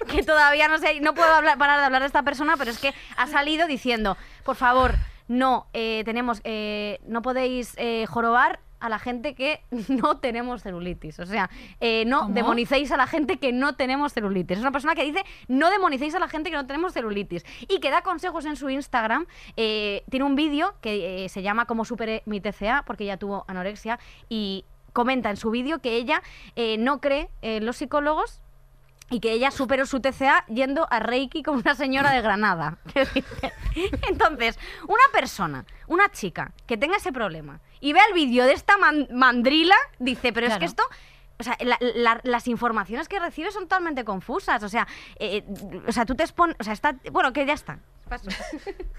que todavía no sé, no puedo hablar, parar de hablar de esta persona, pero es que ha salido diciendo, por favor, no eh, tenemos, eh, no podéis eh, jorobar a la gente que no tenemos celulitis. O sea, eh, no
¿Cómo?
demonicéis a la gente que no tenemos celulitis. Es una persona que dice, no demonicéis a la gente que no tenemos celulitis. Y que da consejos en su Instagram. Eh, tiene un vídeo que eh, se llama Cómo superé mi TCA, porque ella tuvo anorexia, y comenta en su vídeo que ella eh, no cree en los psicólogos y que ella superó su TCA yendo a Reiki como una señora de Granada. Entonces, una persona, una chica que tenga ese problema y vea el vídeo de esta man- mandrila, dice, pero es que
Claro.
esto... O sea, la- la- las informaciones que recibes son totalmente confusas. O sea, eh, eh, o sea, tú te expones... O sea, está... Bueno, que ya está. Paso.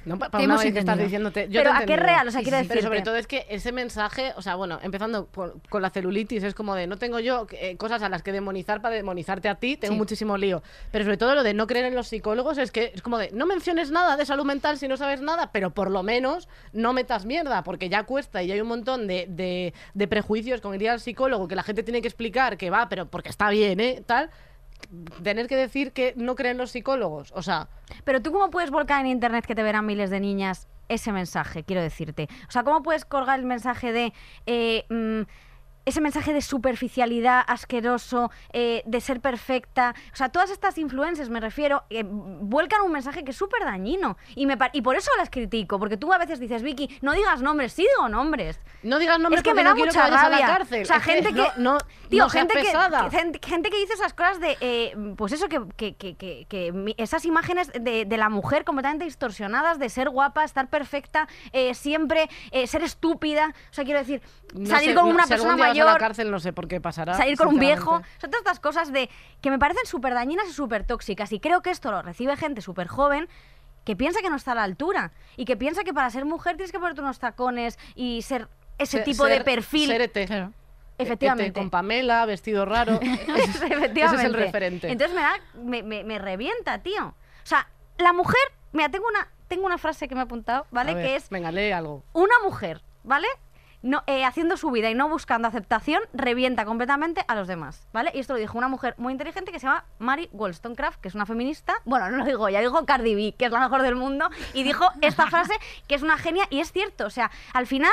No, pa-
Te
para una
hemos
vez que estás
entendido.
diciéndote. Yo te
Pero
he
¿a qué
entendido.
real? O sea,
Sí,
quiero
sí, sí.
decir...
Pero sobre todo es que ese mensaje, o sea, bueno, empezando por- con la celulitis, es como de no tengo yo eh, cosas a las que demonizar para demonizarte a ti, tengo
Sí.
muchísimo lío. Pero sobre todo lo de no creer en los psicólogos es que es como de no menciones nada de salud mental si no sabes nada, pero por lo menos no metas mierda, porque ya cuesta y ya hay un montón de, de- de prejuicios con ir al psicólogo que la gente tiene que explicar que va, pero porque está bien, ¿eh? Tal. Tener que decir que no creen los psicólogos, o sea,
Pero tú cómo puedes volcar en internet que te verán miles de niñas ese mensaje, quiero decirte. O sea, ¿cómo puedes colgar el mensaje de... eh, mm, ese mensaje de superficialidad asqueroso, eh, de ser perfecta. O sea, todas estas influencias, me refiero, eh, vuelcan un mensaje que es súper dañino. Y, me par- y por eso las critico, porque tú a veces dices, Vicky, no digas nombres, sí digo nombres.
no digas nombres
es que
porque
me da
no quiero
mucha
que vayas
rabia.
a la cárcel.
O sea,
Es
gente que.
no, no,
tío,
no seas
gente, que,
pesada.
que- gente- gente que dice esas cosas de. eh, pues eso, que, que- que- que- que mi- esas imágenes de, de la mujer completamente distorsionadas, de ser guapa, estar perfecta, eh, siempre eh, ser estúpida. O sea, quiero decir,
No
salir
sé,
con
no-
una
si algún
persona
día vas a la
mayor
cárcel no sé por qué pasará.
salir con un viejo.
sinceramente.
Son todas estas cosas de que me parecen súper dañinas y súper tóxicas. Y creo que esto lo recibe gente súper joven que piensa que no está a la altura. Y que piensa que para ser mujer tienes que ponerte unos tacones y ser ese
Ser-
tipo de
ser-
perfil.
ser E ET.
Claro.
Efectivamente.
ET E con Pamela, vestido raro. Ese
Efectivamente.
es el referente.
Entonces me, da, me, me- me revienta, tío. O sea, la mujer. Mira, tengo una, tengo una frase que me he apuntado, ¿vale?
A ver,
que es
Venga, lee algo.
una mujer, ¿vale? No, eh, haciendo su vida y no buscando aceptación, revienta completamente a los demás, ¿vale? Y esto lo dijo una mujer muy inteligente que se llama Mary Wollstonecraft, que es una feminista. Bueno, no lo digo ya, digo Cardi B, que es la mejor del mundo, y dijo esta frase que es una genia y es cierto. O sea, al final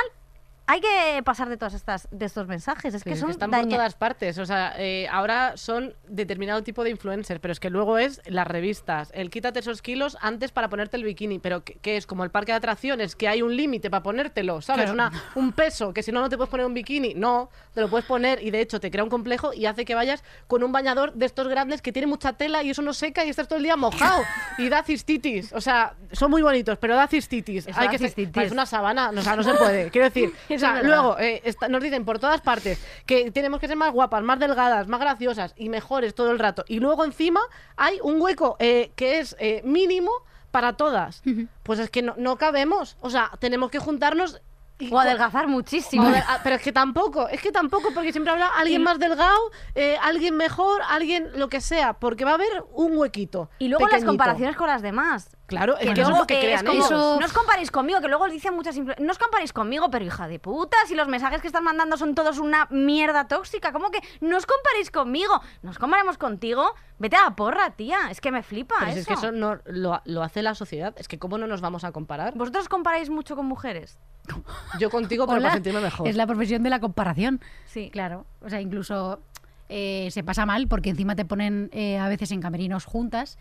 hay que pasar de todas estas, de estos mensajes. Es
Sí,
que
es
son
están por
daña-
todas partes. O sea, eh, ahora son determinado tipo de influencers, pero es que luego es las revistas. El quítate esos kilos antes para ponerte el bikini. Pero que, que es como el parque de atracciones, que hay un límite para ponértelo, ¿sabes?
Claro.
Una- un peso, que si no, no te puedes poner un bikini. No, te lo puedes poner y de hecho te crea un complejo y hace que vayas con un bañador de estos grandes que tiene mucha tela y eso no seca y estás todo el día mojado. Y da cistitis. O sea, son muy bonitos, pero da cistitis.
Eso
hay
da
que ser-
cistitis.
parece una sabana, no, o sea, no se puede. Quiero decir, o
es
sea,
verdad.
luego eh, está- nos dicen por todas partes que tenemos que ser más guapas, más delgadas, más graciosas y mejores todo el rato. Y luego encima hay un hueco eh, que es eh, mínimo para todas. Pues es que no, no cabemos. O sea, tenemos que juntarnos. y-
O adelgazar
o
muchísimo.
adel- ah, pero es que tampoco, es que tampoco, porque siempre habrá alguien más delgado, eh, alguien mejor, alguien lo que sea, porque va a haber un huequito.
Y luego las
pequeñito.
comparaciones con las demás.
Claro, es
Que
que, eso es
luego,
lo que
eh,
crean
es como,
ellos.
Eso-
No os comparéis conmigo, que luego dicen muchas influ- No os comparéis conmigo, pero hija de puta, si los mensajes que están mandando son todos una mierda tóxica. ¿Cómo que no os comparéis conmigo? ¿Nos comparemos contigo? Vete a la porra, tía. Es que me flipa
Pero
Ah, eso.
si es que eso no, lo, lo hace la sociedad, es que cómo no nos vamos a comparar.
¿Vosotros os comparáis mucho con mujeres?
Yo contigo, pero
Hola.
para sentirme mejor.
Es la profesión de la comparación. Eh,
Sí.
Claro, o sea, incluso eh, se pasa mal porque encima te ponen eh, a veces en camerinos juntas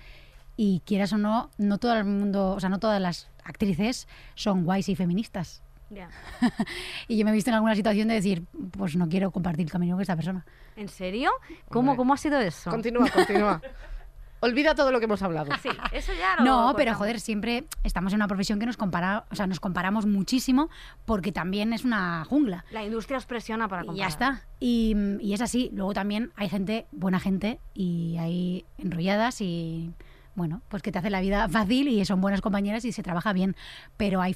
y quieras o no, no todo el mundo, o sea, no todas las actrices son guays y feministas.
Ya.
Y yo me he visto en alguna situación de decir, pues no quiero compartir camino con esta persona.
¿En serio? ¿Cómo,
Hombre.
¿Cómo ha sido eso?
Continúa, continúa. Olvida todo lo que hemos hablado.
Sí, eso ya lo
No, pero
cortamos.
joder, siempre estamos en una profesión que nos compara, o sea, nos comparamos muchísimo porque también es una jungla.
La industria os presiona para
Y
comparar.
ya está. Y, mm, y es así. Luego también hay gente, buena gente, y hay enrolladas y bueno, pues que te hace la vida fácil y son buenas compañeras y se trabaja bien. Pero hay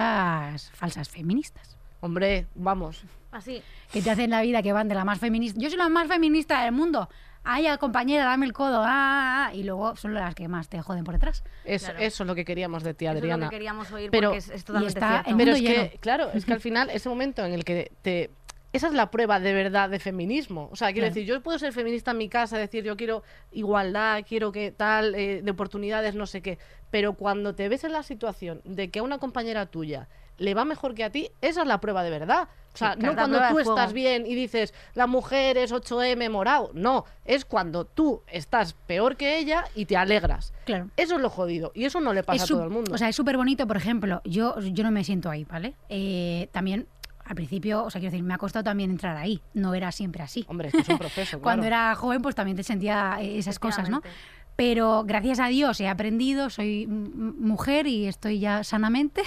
feministas, falsas feministas,
Hombre, vamos.
Así.
que te hacen la vida que van de la más feminista. Yo soy la más feminista del mundo. Ay, ah, compañera, dame el codo. Ah, ah", y luego son las que más te joden por detrás.
Eso,
Claro.
eso es lo que queríamos de ti,
Eso es lo
Adriana.
que queríamos oír
Pero-
porque es, es totalmente
está
cierto.
en-
Pero es
mundo
que,
lleno.
claro, es que al final, ese momento en el que te. Esa es la prueba de verdad de feminismo. O sea, quiero
Claro.
decir, yo puedo ser feminista en mi casa, decir yo quiero igualdad, quiero que tal, eh, de oportunidades, no sé qué. Pero cuando te ves en la situación de que a una compañera tuya le va mejor que a ti, esa es la prueba de verdad. O sea,
Sí, claro,
no
la
cuando
prueba
tú
de fuego.
estás bien y dices, la mujer es 8M morado. No, es cuando tú estás peor que ella y te alegras.
Claro.
Eso es lo jodido. Y eso no le pasa
Es
a
sup-
todo el mundo.
O sea, es súper bonito, por ejemplo, yo, yo no me siento ahí, ¿vale? Eh, también, al principio, o sea, quiero decir, me ha costado también entrar ahí, no era siempre así.
Hombre, esto es un proceso.
Cuando
claro.
era joven, pues también te sentía eh, esas cosas, ¿no?
Efectivamente.
Pero gracias a Dios he aprendido, soy mm, mujer y estoy ya sanamente.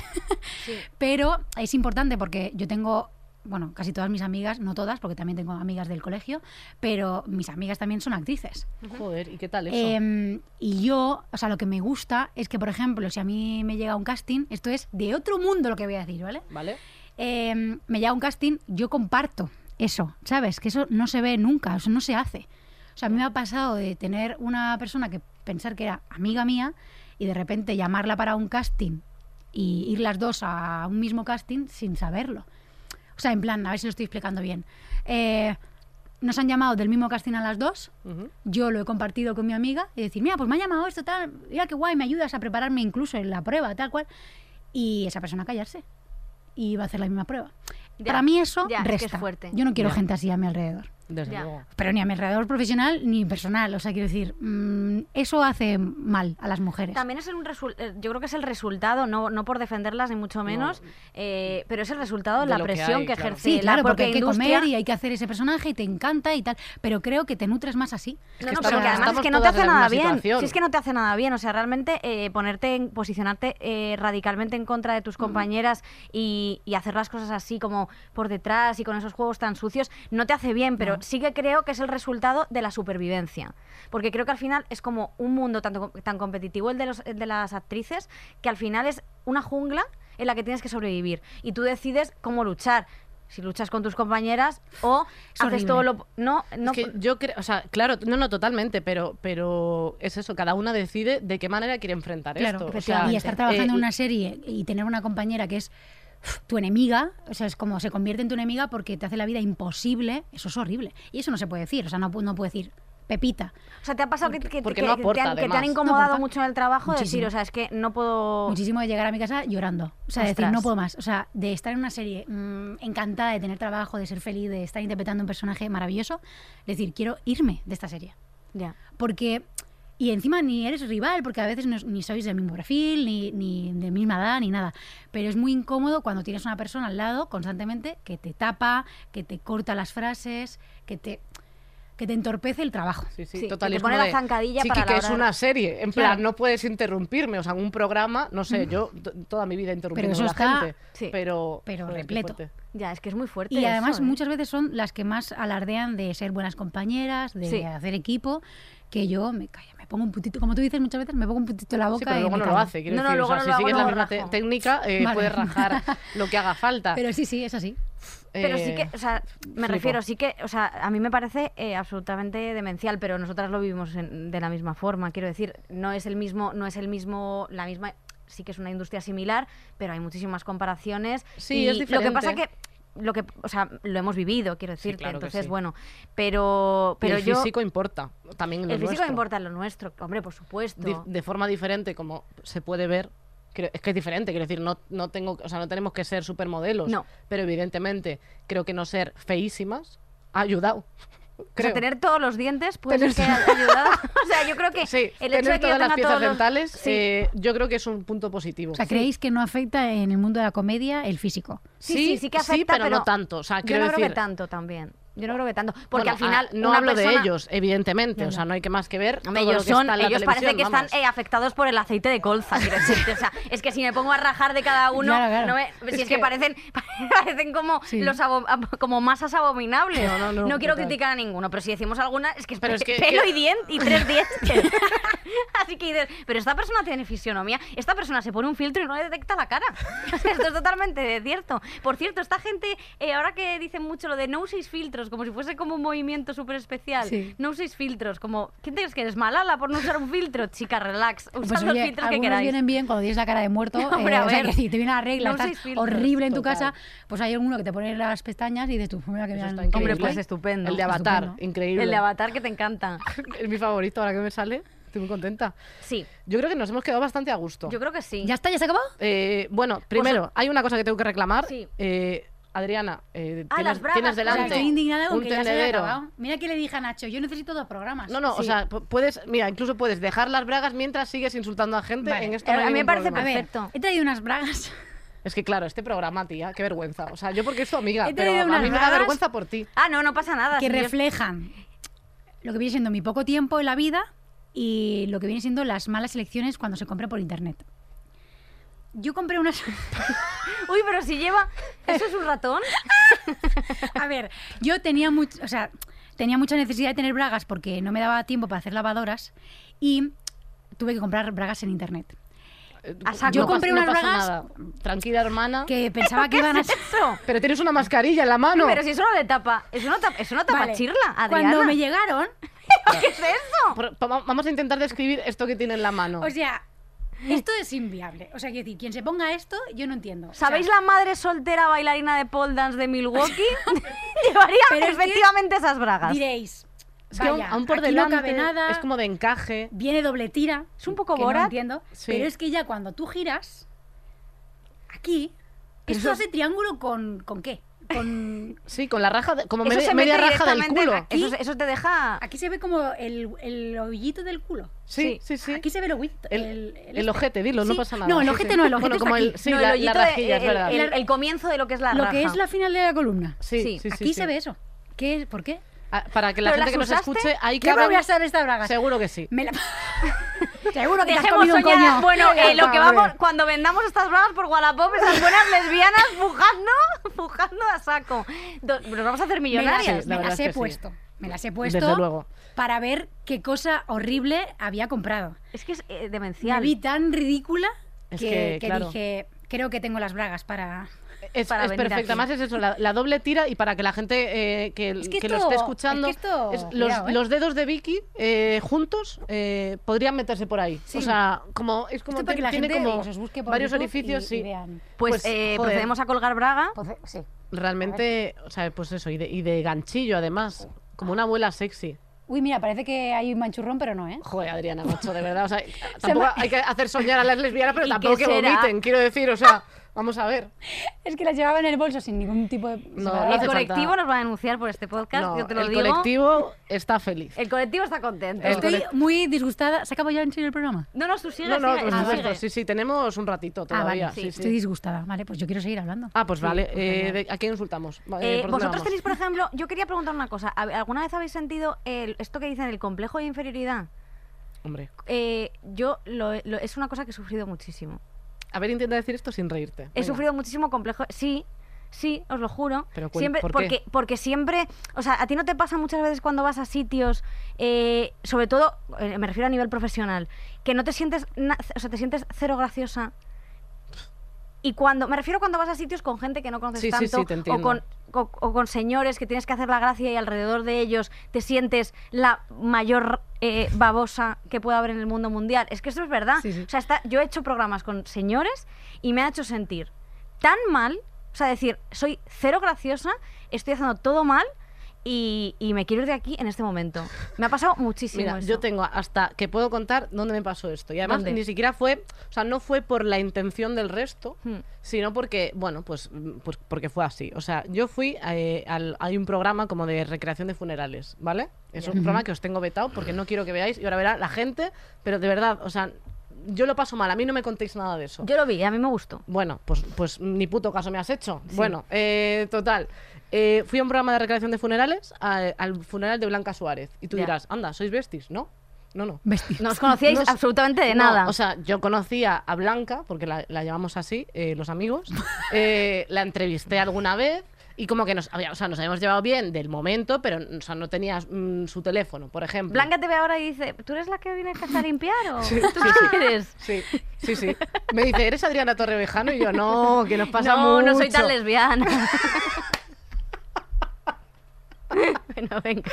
Sí.
Pero es importante porque yo tengo, bueno, casi todas mis amigas, no todas, porque también tengo amigas del colegio, pero mis amigas también son actrices.
Joder, ¿y qué tal eso?
Em, y yo, o sea, lo que me gusta es que, por ejemplo, si a mí me llega un casting, esto es de otro mundo lo que voy a decir, ¿vale?
¿Vale?
Em, me llega un casting, yo comparto eso, ¿sabes? Que eso no se ve nunca, eso no se hace. O sea, a mí me ha pasado de tener una persona que pensar que era amiga mía y de repente llamarla para un casting y ir las dos a un mismo casting sin saberlo. O sea, en plan, a ver si lo estoy explicando bien. Eh, nos han llamado del mismo casting a las dos,
Ujú.
yo lo he compartido con mi amiga y decir, mira, pues me ha llamado esto, tal, mira qué guay, me ayudas a prepararme incluso en la prueba, tal cual. Y esa persona callarse y va a hacer la misma prueba.
Ya,
Para mí eso
ya, es que es
resta.
fuerte.
Yo no quiero
Ya.
gente así a mi alrededor.
Desde
Ya.
luego.
Pero ni a mi alrededor profesional ni personal. O sea, quiero decir, mm, eso hace mal a las mujeres.
También es un resul- eh, yo creo que es el resultado, no, no por defenderlas ni mucho menos, eh, pero es el resultado de
De
la
lo que
presión
hay,
que,
claro.
ejerce
Sí, claro,
la
porque
propia
hay que
industria.
comer y hay que hacer ese personaje y te encanta y tal. Pero creo que te nutres más así.
No,
que
no,
estamos-
pero que además es
estamos
que no te
todas en
hace
la
nada
misma
bien.
situación.
Si es que no te hace nada bien, o sea, realmente eh, ponerte, en, posicionarte eh, radicalmente en contra de tus compañeras y, y hacer las cosas así como por detrás y con esos juegos tan sucios, no te hace bien, pero sí que creo que es el resultado de la supervivencia. Porque creo que al final es como un mundo tanto, co- tan competitivo el de, los, el de las actrices, que al final es una jungla en la que tienes que sobrevivir y tú decides cómo luchar. Si luchas con tus compañeras o haces
Es horrible.
todo lo... No, no...
Es que yo creo, o sea, claro, no, no, totalmente, pero, pero es eso, cada una decide de qué manera quiere enfrentar
Claro,
esto. o sea,
efectivamente. y estar trabajando en
eh,
una serie y tener una compañera que es uf, tu enemiga, o sea, es como se convierte en tu enemiga porque te hace la vida imposible, eso es horrible. Y eso no se puede decir, o sea, no, pu- no puede decir, Pepita,
O sea, ¿te ha pasado que, que-
Porque
que-
no
que
aporta,
te, han, que te han
además.
No
incomodado
aporta.
mucho en el trabajo? de
Muchísimo.
Decir, o sea, es que no
Oh.
puedo...
muchísimo de llegar a mi casa llorando. O sea, de decir,
Ostras.
no puedo más. O sea, de estar en una serie mm, encantada, de tener trabajo, de ser feliz, de estar interpretando un personaje maravilloso, decir, quiero irme de esta serie.
Ya.
porque y encima ni eres rival porque a veces no es- ni sois del mismo perfil ni, ni de misma edad ni nada pero es muy incómodo cuando tienes una persona al lado constantemente que te tapa que te corta las frases que te que te entorpece el trabajo
Sí, sí,
Sí,
total.
que
es
te pone
como
la
de,
zancadilla
"Chiqui,
para la
que
hora
es
de-
una serie. En
Claro.
plan, no puedes interrumpirme. O sea, en un programa, no sé, yo t- toda mi vida interrumpiendo
eso
a la
está-
gente.
sí,
Pero,
pero
joder, qué
repleto.
fuerte.
Ya, es que es muy fuerte.
y además
eso, ¿eh?
muchas veces son las que más alardean de ser buenas compañeras de
Sí.
hacer equipo que yo me calla, me pongo un putito como tú dices muchas veces me pongo un putito en la boca
Sí, pero
y
luego
me
no lo
callo.
hace. Quiero
No, no,
decir, o
luego
sea,
no
si
lo hago,
sigues la
luego
misma
rajo.
te- técnica, eh,
Vale.
puedes rajar lo que haga falta.
pero sí sí es así
Pero sí
Eh,
que, o sea, me
flipo.
refiero, sí que, o sea, a mí me parece eh, absolutamente demencial, pero nosotras lo vivimos en- de la misma forma. Quiero decir, no es el mismo, no es el mismo, la misma, sí que es una industria similar, pero hay muchísimas comparaciones.
Sí,
y
es
Lo que pasa que
diferente.
lo que, o sea, lo hemos vivido, quiero decirte.
claro que
Entonces,
sí.
bueno, pero,
y
pero
el
yo.
físico importa. También en lo
el físico
nuestro.
importa lo nuestro, hombre, por supuesto.
di- de forma diferente, como se puede ver. Creo- es que es diferente, quiero decir, no, no, tengo, o sea, no tenemos que ser supermodelos.
No.
Pero evidentemente, creo que no ser feísimas ha ayudado. Creo.
O sea, tener todos los dientes puede
Tener
ser que haya ayudado. O sea, yo creo que
Sí,
el
tener
hecho de que yo
todas las
tenga
piezas
todos los-
dentales,
Sí.
eh, yo creo que es un punto positivo.
o sea creéis que no afecta en el mundo de la comedia el físico
sí, sí, sí que afecta,
pero,
pero
no tanto. O sea,
yo
quiero
no creo
decir,
que tanto también. Yo no creo que tanto. Porque
Bueno,
al final.
ah, no
una
hablo de
persona-
ellos, evidentemente. O sea, no hay que más que ver.
Hombre,
todo
ellos
lo que
son,
está en la
ellos parece
televisión,
que
vamos.
están eh, afectados por el aceite de colza, quiero decirte. O sea, es que si me pongo a rajar de cada uno,
Claro, claro.
no me- si es, que, parecen, parecen como
Sí.
los abo- ab- como masas abominables.
No, no, no,
quiero
total.
criticar a ninguno, pero si decimos alguna, es que es,
Pero
pe-
es que-
pelo
que-
y diente y tres dientes. Así que dices, pero esta persona tiene fisionomía, esta persona se pone un filtro y no le detecta la cara. O sea, Esto es totalmente cierto. Por cierto, esta gente, eh, ahora que dicen mucho lo de no uséis filtros, como si fuese como un movimiento súper especial,
Sí.
no uséis filtros, como, ¿quién te crees que eres malala por no usar un filtro? Chica, relax, usad
Pues
los
oye,
filtros que
algunos
queráis.
vienen bien cuando tienes la cara de muerto.
No, hombre,
eh,
a
o sea,
ver.
que si te viene la regla,
No
estás
uséis filtros,
horrible en tu
total.
casa, pues hay alguno que te pone las pestañas y dices tú, mira que
Eso
bien.
está
qué
increíble.
Hombre, pues
guay".
estupendo.
El de Avatar,
Estupendo.
increíble.
El de Avatar que te encanta.
Es mi favorito, ahora que me sale. Estoy muy contenta.
Sí,
Yo creo que nos hemos quedado bastante a gusto.
yo creo que sí.
¿Ya está? ¿Ya se acabó?
Eh, bueno,
Pues
primero, hay una cosa que tengo que reclamar.
Sí.
Eh, Adriana, eh,
Ah,
tienes,
las bragas,
tienes
claro.
delante
Estoy indignada con
un
que ya se haya
tendedero.
acabado. Mira que le dije a Nacho, yo necesito dos programas.
No, no, o
Sí.
sea, pu- puedes, mira, incluso puedes dejar las bragas mientras sigues insultando a gente.
Vale.
En esto no
Eh, A
hay
mí me
ningún
parece
problema.
A ver,
perfecto.
he traído unas bragas.
Es que claro, este programa, tía, qué vergüenza. O sea, yo porque es tu amiga,
He
pero
traído
a
unas
mí me da
bragas
vergüenza por ti.
Ah, no, no pasa nada.
que
si yo-
reflejan lo que viene siendo mi poco tiempo en la vida y lo que viene siendo las malas elecciones cuando se compra por internet. Yo compré unas.
Uy, pero si lleva... ¿Eso es un ratón?
A ver, yo tenía mucho, o sea, tenía mucha necesidad de tener bragas porque no me daba tiempo para hacer lavadoras y tuve que comprar bragas en internet.
Eh,
A saco.
no
Yo compré
pas- no
unas
pasa
bragas
nada. Tranquila, hermana.
que pensaba que iban a ser
Eso.
Pero tienes una mascarilla en la mano.
Pero si eso no le tapa... Eso no tapa, eso no tapa
Vale.
chirla, Adriana.
Cuando me llegaron,
¿Qué es eso?
Por- pa- Vamos a intentar describir esto que tiene en la mano.
o sea, esto es inviable. O sea, quiero decir, quien se ponga esto, yo no entiendo. O sea,
¿Sabéis la madre soltera bailarina de pole dance de Milwaukee? Llevaría
Pero es que-
efectivamente esas bragas.
Diréis,
Es que aún-
vaya,
aún por
aquí
delante
no cabe nada.
es como de encaje.
viene doble tira.
Es un poco
que no
Borat.
entiendo.
Sí.
Pero es que ya cuando tú giras, aquí, esto hace triángulo con, con qué? Con,
Sí, con la raja, de- como
Eso
media,
se
media
mete
raja del
directamente
culo.
aquí. Eso, eso te deja...
aquí se ve como el, el hoyito del culo.
Sí, sí, sí.
Aquí se ve el hoyito.
El,
el- el-
el ojete, dilo, no
Sí.
pasa nada.
No, el
Sí,
ojete
sí.
no, el ojete
Bueno,
está
como
aquí.
el, sí,
No, el
la, la
hoyito de-
rajilla, es
el-
verdad.
el- el comienzo de lo que es la
lo
raja.
que es la final de la columna.
Sí, sí, sí,
aquí
sí.
se ve eso. ¿Qué, ¿Por qué?
Ah, Para que la
¿Pero
gente que
las
nos
usaste?
escuche, hay que
¿Qué me
haber-
voy a hacer esta braga?
Seguro que sí.
Me la... Seguro que te has
Dejemos
comido un
soñar-
coño.
Bueno, eh, lo que
Hombre.
vamos, cuando vendamos estas bragas por Wallapop, esas buenas lesbianas pujando, pujando a saco. Do- Nos vamos a hacer
me las,
millonarias.
Sí, la
me
verdad
las
es
he
que sí.
puesto. Me las he puesto
Desde luego.
para ver qué cosa horrible había comprado.
Es que es eh,
Me
demencial.
vi tan ridícula
Es
que,
que,
que
claro.
dije, creo que tengo las bragas para...
Es,
para
es
venir
perfecta.
aquí.
Además es eso, la, la doble tira y para que la gente eh, que,
Es que
que lo
esto-
esté escuchando,
es que esto-
es- los,
cuidado, ¿eh?
los dedos de Vicky eh, juntos eh, podrían meterse por ahí. O sea, como es como
Esto para
ti-
que la
tiene
gente
como
os os busque por
varios
YouTube
orificios
y-
y,
y vean.
Pues,
Pues,
eh,
joder.
procedemos a colgar braga.
Entonces, sí.
realmente, o sea, pues eso y de, y de ganchillo además, como una abuela sexy.
Uy, mira, parece que hay un manchurrón, pero no, ¿eh?
Joder, Adriana, macho, de verdad, o sea, tampoco hay que hacer soñar a las lesbianas, pero
¿Y
tampoco
qué
que
será?
vomiten, quiero decir, o sea, vamos a ver.
Es que las llevaba en el bolso sin ningún tipo de...
No, no
separador.
el
hace falta.
colectivo nos va a denunciar por este podcast,
No,
yo te lo
el
digo.
colectivo está feliz.
El colectivo está contento.
El
Estoy
colectivo.
muy disgustada. ¿Se acabó ya en serio el programa?
No, no, tú sigue,
No, no,
sigue, Ah,
por
sigue.
supuesto, sí, sí, tenemos un ratito todavía.
ah, vale.
sí, sí.
Estoy disgustada. Vale, pues yo quiero seguir hablando.
Ah, pues
Sí,
vale.
pues
eh,
genial.
de- ¿A quién insultamos? Va, eh,
Eh,
¿por dónde
vosotros
vamos?
tenéis, por ejemplo, yo quería preguntar una cosa. ¿Al- ¿Alguna vez habéis sentido el- esto que dicen el complejo de inferioridad?
Hombre.
Eh, yo lo- lo- es una cosa que he sufrido muchísimo.
A ver, intenta decir esto sin reírte.
He
Venga.
sufrido muchísimo complejo. Sí, sí, os lo juro.
Pero cuen-
siempre,
¿por qué?
porque, porque siempre, o sea, a ti no te pasa muchas veces cuando vas a sitios, eh, sobre todo, eh, me refiero a nivel profesional, que no te sientes, na- o sea, te sientes cero graciosa. Y cuando, me refiero cuando vas a sitios con gente que no conoces
Sí, sí,
tanto,
sí, te
o,
entiendo.
con, o- o con señores que tienes que hacer la gracia y alrededor de ellos te sientes la mayor eh, babosa que pueda haber en el mundo mundial. Es que eso es verdad.
Sí, sí.
O sea, está- yo he hecho programas con señores y me ha hecho sentir tan mal, o sea, decir, soy cero graciosa, estoy haciendo todo mal y, y me quiero ir de aquí en este momento. Me ha pasado muchísimo
Mira,
eso.
yo tengo hasta que puedo contar dónde me pasó esto. Y además
¿Dónde?
ni siquiera fue, o sea, no fue por la intención del resto,
Hmm.
sino porque, bueno, pues, mm, pues porque fue así. O sea, yo fui, eh, al, hay un programa como de recreación de funerales, ¿vale? Es un programa que os tengo vetado porque no quiero que veáis y ahora verá la gente, pero de verdad, o sea, yo lo paso mal, a mí no me contéis nada de eso.
Yo lo vi, a mí me gustó.
Bueno, pues, pues ni puto caso me has hecho. Bueno, eh, total. Eh, fui a un programa de recreación de funerales, a- al funeral de Blanca Suárez. Y tú
Ya.
dirás, anda, ¿sois besties? No, no, no.
Vestir.
No os conocíais
No sé.
absolutamente de
No,
nada.
O sea, yo conocía a Blanca, porque la, la llamamos así, eh, los amigos. Eh, la entrevisté alguna vez y como que nos, había- o sea, nos habíamos llevado bien del momento, pero o sea, no tenía mm, su teléfono, por ejemplo.
Blanca te ve ahora y dice, ¿tú eres la que viene a limpiar o
Sí,
tú
sí,
quién
sí.
eres?
Sí, sí, sí. Me dice, ¿eres Adriana Torrevejano? Y yo, no, que nos pasa
no,
mucho.
no soy tan lesbiana. bueno, venga.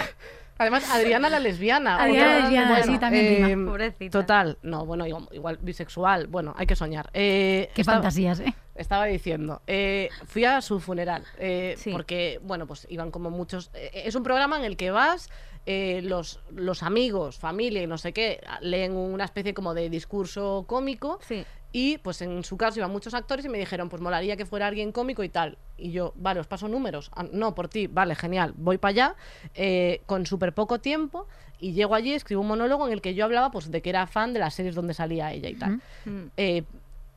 Además, Adriana la lesbiana.
Adriana
Otra- eh,
la lesbiana, sí, también prima.
Pobrecita.
Total, no, bueno, igual, igual bisexual, bueno, hay que soñar. Eh,
Qué
estaba-
fantasías, ¿eh?
Estaba diciendo, eh, fui a su funeral, eh,
Sí.
porque, bueno, pues iban como muchos... eh, es un programa en el que vas, eh, los, los amigos, familia y no sé qué, a- leen una especie como de discurso cómico
Sí.
y, pues en su caso, iban muchos actores y me dijeron, pues molaría que fuera alguien cómico y tal. Y yo, vale, os paso números. "Ah, no, por ti, vale, genial, voy para allá, eh, con súper poco tiempo, y llego allí, escribo un monólogo en el que yo hablaba, pues, de que era fan de las series donde salía ella y tal.
Mm.
Eh,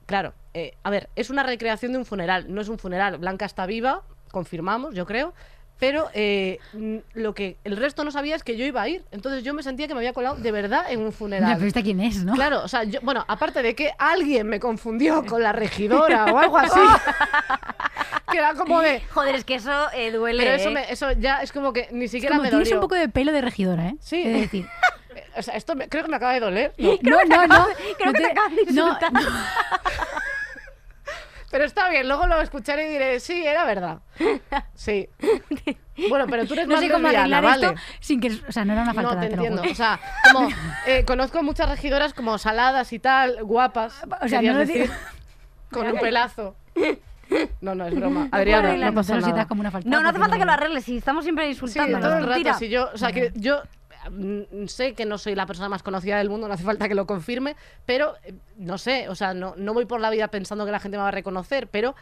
claro, eh, a ver, es una recreación de un funeral, no es un funeral. Blanca está viva, confirmamos, yo creo. Pero eh, mm, lo que el resto no sabía es que yo iba a ir. Entonces yo me sentía que me había colado de verdad en un
Ya,
funeral.
pero esta quién es, ¿no?
Claro, o sea, yo- bueno, aparte de que alguien me confundió con la regidora o algo así. que era como de.
Joder, es que eso eh, duele.
Pero eso,
¿eh?
me- eso ya es como que ni
Es
siquiera
como
me
tienes
dolió.
un poco de pelo de regidora, ¿eh?
Sí.
He de decir.
Eh, O sea, esto me- creo que me acaba de doler. ¿no?
No, no, no.
creo que te acaban de
no,
insultar.
no.
Pero está bien, luego lo escucharé y diré, sí, era verdad. Sí. Bueno, pero tú eres
No
más
sé cómo
lesbiana,
arreglar
vale.
esto sin que. O sea, no era una
No,
faltada,
te
te, lo juro.
entiendo. O sea, como eh, conozco muchas regidoras como saladas y tal, guapas.
O sea,
querías
no lo
decir,
digo-
con un pelazo. No, no, es broma.
Bueno,
Adriana,
arreglar,
no pasa
solo si te
nada.
das como una faltada,
No, no hace
porque
falta que lo arregles, si estamos siempre
Sí,
insultando.
todo el
mentira.
rato. Si yo, o sea, que yo mm, sé que no soy la persona más conocida del mundo, no hace falta que lo confirme, pero eh, no sé, o sea, no, no voy por la vida pensando que la gente me va a reconocer, pero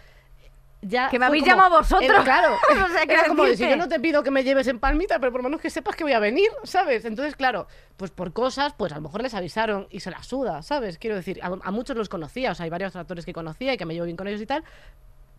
ya.
Que
fue
me habéis
como-
llamado vosotros.
era- claro.
O sea, quiero
era como de, si
decirte.
yo no te pido que me lleves en palmita, pero por lo menos que sepas que voy a venir, ¿sabes? Entonces, claro, pues por cosas, pues a lo mejor les avisaron y se la suda, ¿sabes? Quiero decir, a, a muchos los conocía, o sea, hay varios actores que conocía y que me llevo bien con ellos y tal.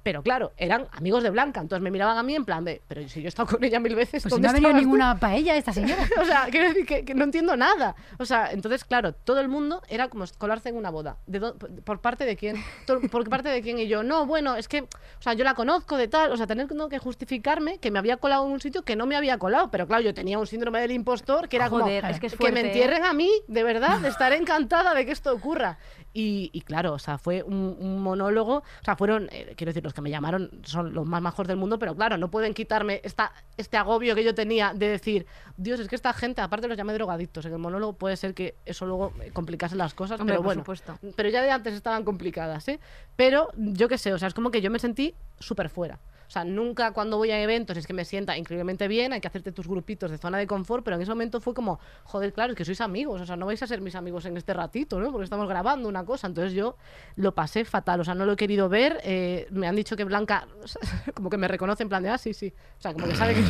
Pero claro, eran amigos de Blanca, entonces me miraban a mí en plan de, pero si yo he estado con ella mil veces,
Pues si
¿dónde
no ha venido
estabas tú?".
ninguna paella esta señora.
O sea, quiero decir que, que no entiendo nada. O sea, entonces, claro, todo el mundo era como colarse en una boda. ¿De dó- ¿Por parte de quién? To- ¿Por parte de quién? Y yo, no, bueno, es que, o sea, yo la conozco de tal. O sea, tener que justificarme que me había colado en un sitio que no me había colado. Pero claro, yo tenía un síndrome del impostor que era
Joder,
como,
es que es
me
fuerte, ¿eh?
entierren a mí, de verdad, estaré encantada de que esto ocurra. Y, y claro, o sea, fue un, un monólogo. O sea, fueron, eh, quiero decir, los que me llamaron son los más majos del mundo, pero claro, no pueden quitarme esta, este agobio que yo tenía de decir, Dios, es que esta gente, aparte los llamé drogadictos, en el monólogo puede ser que eso luego eh, complicase las cosas,
Hombre,
pero
por
bueno.
supuesto.
Mm, Pero ya de antes estaban complicadas, ¿eh? Pero yo qué sé, o sea, es como que yo me sentí súper fuera. O sea, nunca cuando voy a eventos es que me sienta increíblemente bien, hay que hacerte tus grupitos de zona de confort, pero en ese momento fue como, joder, claro, es que sois amigos, o sea, no vais a ser mis amigos en este ratito, ¿no? Porque estamos grabando una cosa, entonces yo lo pasé fatal, o sea, no lo he querido ver, eh, me han dicho que Blanca, como que me reconoce en plan de, ah, sí, sí, o sea, como que sabe que...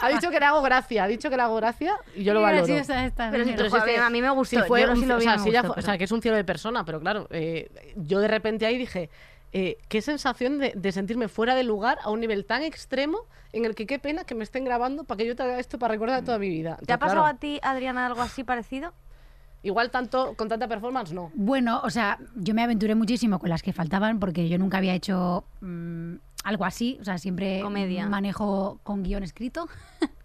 ha dicho que le hago gracia, ha dicho que le hago gracia y yo lo valoro.
Graciosa esta
Pero si
señora.
tú- Joder, a mí me gustó,
si fue
yo lo- sí
un-
lo
o
vi,
sea,
me
si ella
gustó,
fue- o sea,
pero-
que es un cielo de persona, pero claro, eh, yo de repente ahí dije, eh, qué sensación de, de sentirme fuera de lugar a un nivel tan extremo en el que qué pena que me estén grabando para que yo te haga esto para recordar toda mi vida.
¿Te ha
Entonces,
pasado
claro,
a ti, Adriana, algo así parecido?
Igual tanto, con tanta performance, no.
Bueno, o sea, yo me aventuré muchísimo con las que faltaban porque yo nunca había hecho mm, algo así. O sea, siempre
Comedia.
manejo con guión escrito.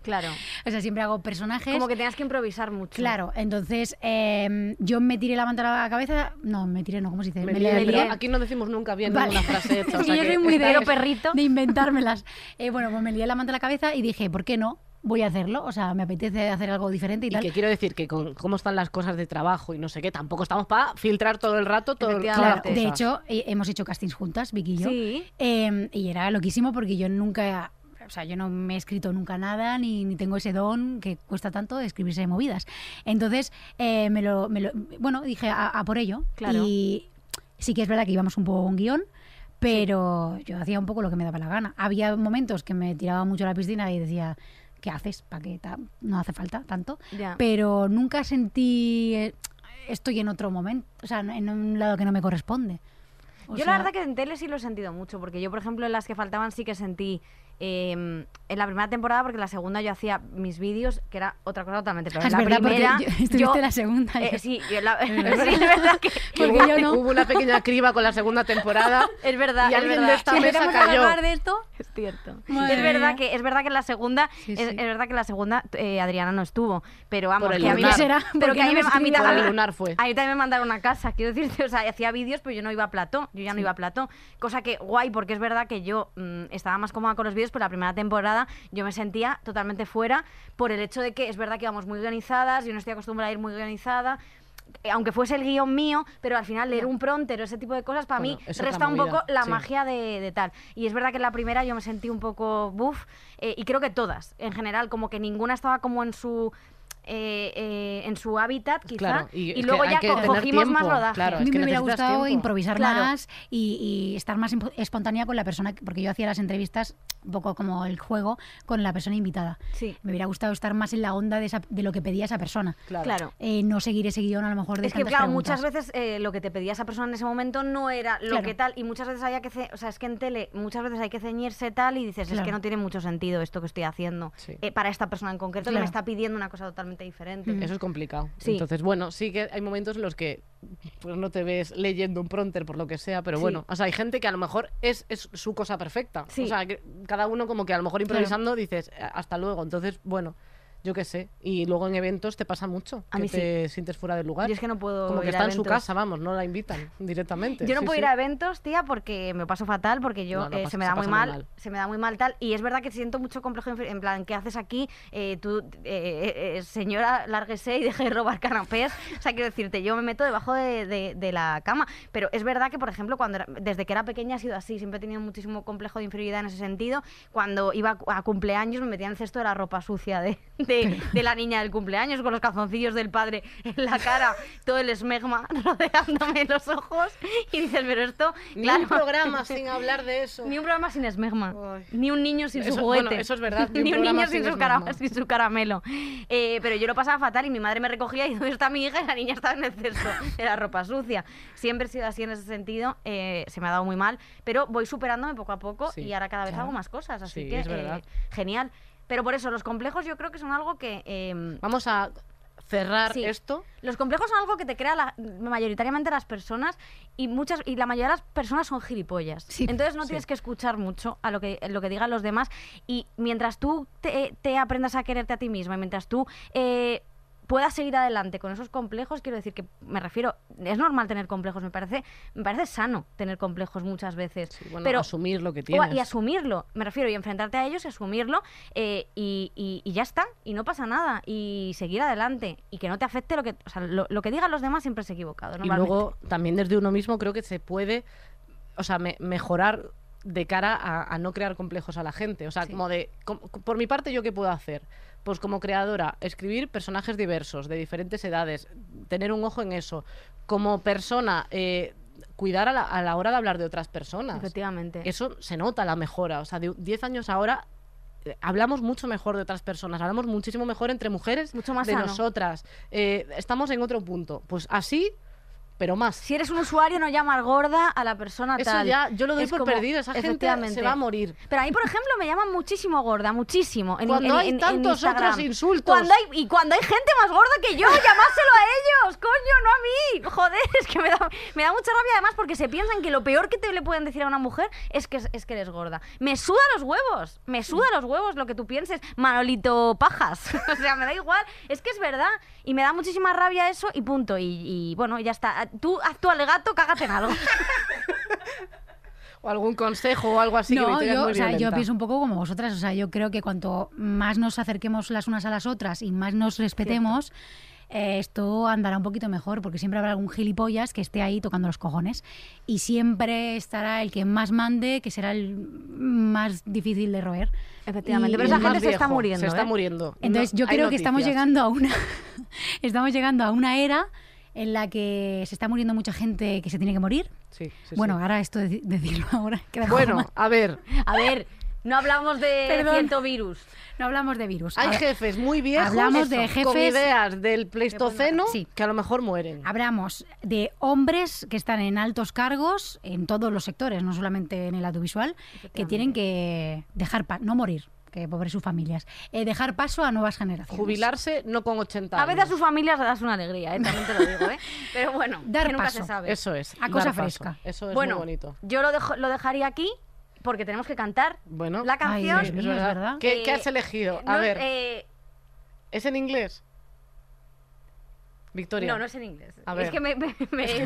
Claro.
O sea, siempre hago personajes.
Como que tenías que improvisar mucho.
Claro, entonces eh, yo me tiré la manta a la cabeza. No, me tiré, no, ¿cómo se dice?
Me
Me
lié,
lié.
pero
lié.
aquí no decimos nunca bien
Vale.
ninguna frase hecha,
Es
o
que
sea
yo
que
soy muy
está-
de,
Pero perrito.
de inventármelas. Eh, bueno, pues me lié la manta a la cabeza y dije, ¿por qué no? Voy a hacerlo. O sea, me apetece hacer algo diferente y,
Y
tal.
que quiero decir que con cómo están las cosas de trabajo y no sé qué, tampoco estamos para filtrar todo el rato todo
Efectivamente.
todas
Claro,
las
Claro,
de
cosas.
hecho, eh, hemos hecho castings juntas, Vicky y yo.
Sí.
Eh, y era loquísimo porque yo nunca, o sea, yo no me he escrito nunca nada, ni, ni tengo ese don que cuesta tanto de escribirse de movidas. Entonces, eh, me, lo, me lo- bueno, dije a, a por ello.
Claro.
Y sí que es verdad que íbamos un poco con guión. Pero yo hacía un poco lo que me daba la gana. Había momentos que me tiraba mucho a la piscina y decía, ¿qué haces? ¿Para qué? ta- No hace falta tanto
Ya.
pero nunca sentí eh, estoy en otro momento, o sea, en un lado que no me corresponde. O
yo
sea,
la verdad que en tele sí lo he sentido mucho, porque yo, por ejemplo, en las que faltaban sí que sentí eh, en la primera temporada, porque en la segunda yo hacía mis vídeos, que era otra cosa totalmente. Pero
Ah,
en
es
la
verdad, porque
primera.
yo- estuviste la segunda,
eh,
yo-
sí, yo en la- sí,
verdad.
es verdad que.
Porque
hubo,
yo no.
hubo una pequeña criba con la segunda temporada.
Es verdad,
Y
es
alguien
verdad.
de esta
Si
mesa
empezamos a
cayó.
hablar de esto, es cierto.
Madre
es verdad
mía.
que es verdad que en la segunda
Sí,
es,
sí.
es verdad que en la segunda eh, Adriana no estuvo, pero vamos,
Por el
que a mí
lunar. ¿Qué
será? ¿Por
pero
qué
que a
no
mí
me
me- a mí
escribe?
ta- a
Por el
mí-
lunar fue.
a mí también me mandaron a casa, quiero decirte, o sea, hacía vídeos, pero yo no iba a plató, yo ya no iba a plató, cosa que guay porque es verdad que yo mm, estaba más cómoda con los vídeos, pero la primera temporada yo me sentía totalmente fuera por el hecho de que es verdad que íbamos muy organizadas, yo no estoy acostumbrada a ir muy organizada. eh, Aunque fuese el guión mío, pero al final leer un pronter o ese tipo de cosas para
Bueno,
mí
es otra
resta un
movida,
poco la
sí.
magia magia de, de tal. Y es verdad que en la primera yo me sentí un poco buff, eh, y creo que todas, en general, como que ninguna estaba como en su. eh, eh, en su hábitat, quizá.
Claro, y
y,
es que
luego
hay
ya
que
co-
tener
cogimos
tiempo,
más rodaje.
claro.
A
es
mí
que
me hubiera
necesitas
gustado
tiempo.
improvisar
Claro.
más y, y estar más impo- espontánea con la persona, que- porque yo hacía las entrevistas un poco como el juego con la persona invitada.
Sí.
Me hubiera gustado estar más en la onda de, esa- de lo que pedía esa persona.
Claro.
Claro.
Eh, no seguir ese guión a lo mejor de
Es que,
tantas
claro,
preguntas.
muchas veces eh, lo que te pedía esa persona en ese momento no era lo
Claro.
que tal, y muchas veces había que. ce- O sea, es que en tele muchas veces hay que ceñirse tal y dices, es
Claro.
que no tiene mucho sentido esto que estoy haciendo
Sí.
eh, para esta persona en concreto que
Claro.
me está pidiendo una cosa totalmente diferente.
Mm. Eso es complicado.
Sí.
Entonces, bueno, sí que hay momentos en los que pues, no te ves leyendo un pronter por lo que sea, pero bueno, o sea, hay gente que a lo mejor es, es su cosa perfecta.
Sí.
O sea, que cada uno como que a lo mejor improvisando dices "A- hasta luego. Entonces, bueno, yo qué sé. Y luego en eventos te pasa mucho.
A
que
mí sí.
te sientes fuera del lugar.
Yo es que no puedo
Como que
ir
está
a
en su
eventos.
casa, vamos, no la invitan directamente.
Yo no
Sí,
puedo
sí.
ir a eventos, tía, porque me paso fatal, porque yo
No, no
eh,
pasa-
se me
se
da muy
pasa muy
mal,
mal.
se me da muy mal tal. Y es verdad que siento mucho complejo, infer- en plan, ¿qué haces aquí? Eh, tú, eh, eh, señora, lárguese y deje de robar canapés. O sea, quiero decirte, yo me meto debajo de, de- de la cama. Pero es verdad que, por ejemplo, cuando era- desde que era pequeña ha sido así, siempre he tenido muchísimo complejo de inferioridad en ese sentido. Cuando iba a cu- a cumpleaños me metía en el cesto de la ropa sucia de, de- de la niña del cumpleaños, con los calzoncillos del padre en la cara, todo el esmegma rodeándome los ojos. Y dices, pero esto,
Ni
claro,
un programa sin hablar de eso.
ni un programa sin esmegma.
Ay.
Ni un niño sin su
Eso-
juguete.
bueno, eso es verdad, ni
Ni,
un
un
programa
niño
sin
sin su,
esmegma.
cara- sin su caramelo. Eh, pero yo lo pasaba fatal y mi madre me recogía y ¿dónde está mi hija? Y la niña estaba en el cesto de la ropa sucia. Siempre he sido así en ese sentido. eh, se me ha dado muy mal. Pero voy superándome poco a poco
Sí,
y ahora cada vez
claro.
hago más cosas. Así
Sí,
que,
es verdad.
eh, genial. Pero por eso, los complejos yo creo que son algo que... eh,
Vamos a cerrar
Sí.
esto.
los complejos son algo que te crea la- mayoritariamente las personas y muchas y la mayoría de las personas son gilipollas.
Sí.
Entonces no
Sí.
tienes que escuchar mucho a lo que lo que digan los demás y mientras tú te, te aprendas a quererte a ti misma y mientras tú eh, puedas seguir adelante con esos complejos, quiero decir que me refiero, es normal tener complejos, me parece me parece sano tener complejos muchas veces,
Sí, bueno,
pero
asumir lo que
o a-
tienes.
y asumirlo, me refiero, y enfrentarte a ellos y asumirlo, eh, y, y- y ya está, y no pasa nada, y seguir adelante, y que no te afecte lo que, o sea, lo, lo que digan los demás siempre es equivocado.
Y
normalmente.
luego también desde uno mismo creo que se puede, o sea, me- mejorar de cara a, a no crear complejos a la gente. O sea, como de, com- por mi parte, ¿yo qué puedo hacer? Pues como creadora, escribir personajes diversos, de diferentes edades, tener un ojo en eso. Como persona, eh, cuidar a la, a la hora de hablar de otras personas.
Efectivamente.
Eso se nota la mejora. O sea, de 10 años ahora eh, hablamos mucho mejor de otras personas, hablamos muchísimo mejor entre mujeres
Mucho más
de
sano.
nosotras. Eh, estamos en otro punto. Pues así, pero más.
Si eres un usuario, no llamas gorda a la persona
Eso
tal.
ya, yo lo doy
Es
por
como-
perdido. Esa gente
efectivamente.
se va a morir.
Pero ahí, por ejemplo, me llaman muchísimo gorda, muchísimo. En,
Cuando
en-
hay
en- en
tantos
Instagram.
otros insultos.
Cuando hay- y cuando hay gente más gorda que yo, llamárselo a ellos, coño, no a mí. Joder, es que me da, me da mucha rabia además porque se piensan que lo peor que te le pueden decir a una mujer es que, es, es que eres gorda. Me suda los huevos, me suda los huevos lo que tú pienses, Manolito Pajas. o sea, me da igual, es que es verdad. Y me da muchísima rabia eso y punto. Y, y bueno, ya está. Tú haz tu alegato, cágate en algo.
O algún consejo o algo así. que me
no,
tengas
yo,
muy
o sea, yo
violenta.
pienso un poco como vosotras. O sea, yo creo que cuanto más nos acerquemos las unas a las otras y más nos respetemos, eh, esto andará un poquito mejor, porque siempre habrá algún gilipollas que esté ahí tocando los cojones. Y siempre estará el que más mande, que será el más difícil de roer.
Efectivamente,
Y-
pero
El
esa
más
gente se está
viejo,
muriendo,
Se está
¿eh?
muriendo.
Entonces
No,
yo
hay
creo que estamos
noticias.
llegando a una estamos llegando a una era en la que se está muriendo mucha gente que se tiene que morir.
Sí, sí, sí.
bueno, ahora esto de- decirlo ahora queda
Bueno,
mal.
a ver.
A ver, No hablamos de
Perdón.
ciento virus.
No hablamos de virus.
Hay
Hab-
jefes muy viejos
hablamos de
con
jefes-
ideas del Pleistoceno
Sí.
que a lo mejor mueren.
Hablamos de hombres que están en altos cargos en todos los sectores, no solamente en el audiovisual, que tienen que dejar pa- no morir, que pobres sus familias, eh, dejar paso a nuevas generaciones.
Jubilarse no con 80
A
años.
veces a sus familias le das una alegría, ¿eh? también te lo digo, ¿eh? Pero bueno,
Dar
que nunca
paso.
se sabe.
Eso es.
A cosa
dar paso.
fresca.
Eso es
bueno,
muy bonito.
yo lo, dejo, lo dejaría aquí porque tenemos que cantar
Bueno.
la
Ay,
canción.
Dios mío, es verdad.
¿Qué,
Eh,
qué has elegido? A
no,
ver,
eh,
¿es en inglés? Victoria.
no, no es en inglés.
A ver.
Es que me... me- me-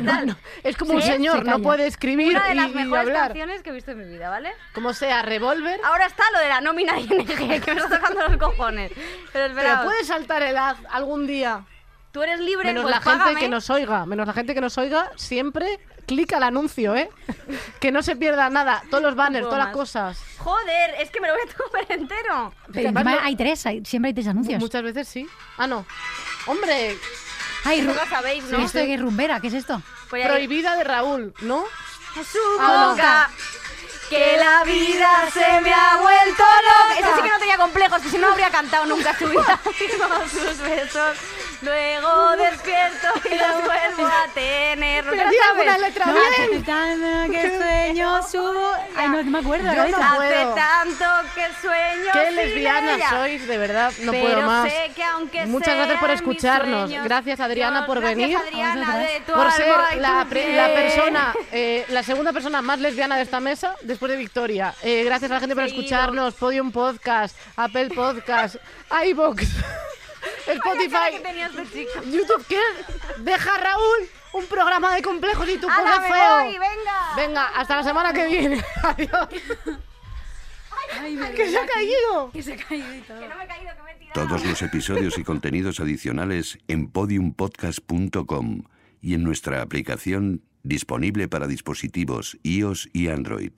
No, no, Es como un
Se-
señor,
se
no
calla.
puede escribir
Una de
y,
las
y
mejores
hablar.
canciones Ah, que he visto en mi vida, ¿vale?
Como sea, revólver.
Ahora está lo de la nómina ING, que me está tocando los cojones. Pero
Pero
espera,
puedes saltar el haz algún día.
tú eres libre,
Menos
pues
la gente
págame.
que nos oiga, menos la gente que nos oiga, siempre clica al anuncio, ¿eh? que no se pierda nada, todos los banners,
puedo
todas las
más.
cosas.
Joder, es que me lo voy a comer entero.
Pero
Además,
encima
no-
hay tres, hay- siempre hay tres anuncios.
Muchas veces sí. Ah, no. Hombre,
Eh. Ay, ru-
Nunca sabéis,
¿Y
¿no?
esto de que es rumbera? ¿Qué es esto?
Voy a ir-
prohibida de Raúl, ¿no?
a su
Ah, no.
boca. Que la vida se me ha vuelto loca. Eso sí que no tenía complejos, que si no habría cantado nunca su vida. Con sus besos. Luego despierto y los vuelvo a tener. ¿No te la
Perdí alguna
sabes?
letra
No,
bien.
que sueño subo. Ay, no me acuerdo.
Yo
¿eh?
no-
Hace
puedo.
tanto que sueño.
Qué
sin
lesbiana
ella.
sois, de verdad, no
Pero
puedo más.
sé que aunque
Muchas gracias por
sean mis
escucharnos.
sueños,
gracias, Adriana,
yo-
por
gracias,
venir.
Adriana,
Vamos otra
de tu
por ser
alma y
la,
tu
pri-
piel.
la persona, eh, la segunda persona más lesbiana de esta mesa después de Victoria. Eh, gracias a la gente por
Seguido.
escucharnos. Podium Podcast, Apple Podcast, iBox,
Vaya cara que
Spotify,
tenía este chico.
YouTube. ¿Qué? Deja Raúl un programa de complejos y tu
¡Hala,
cosa
me
feo.
voy, venga!
Venga, hasta la semana que viene. Adiós. que se ha caído.
Que no me he caído, que me he tirado.
Todos los episodios y contenidos adicionales en podiumpodcast.com y en nuestra aplicación disponible para dispositivos iOS y Android.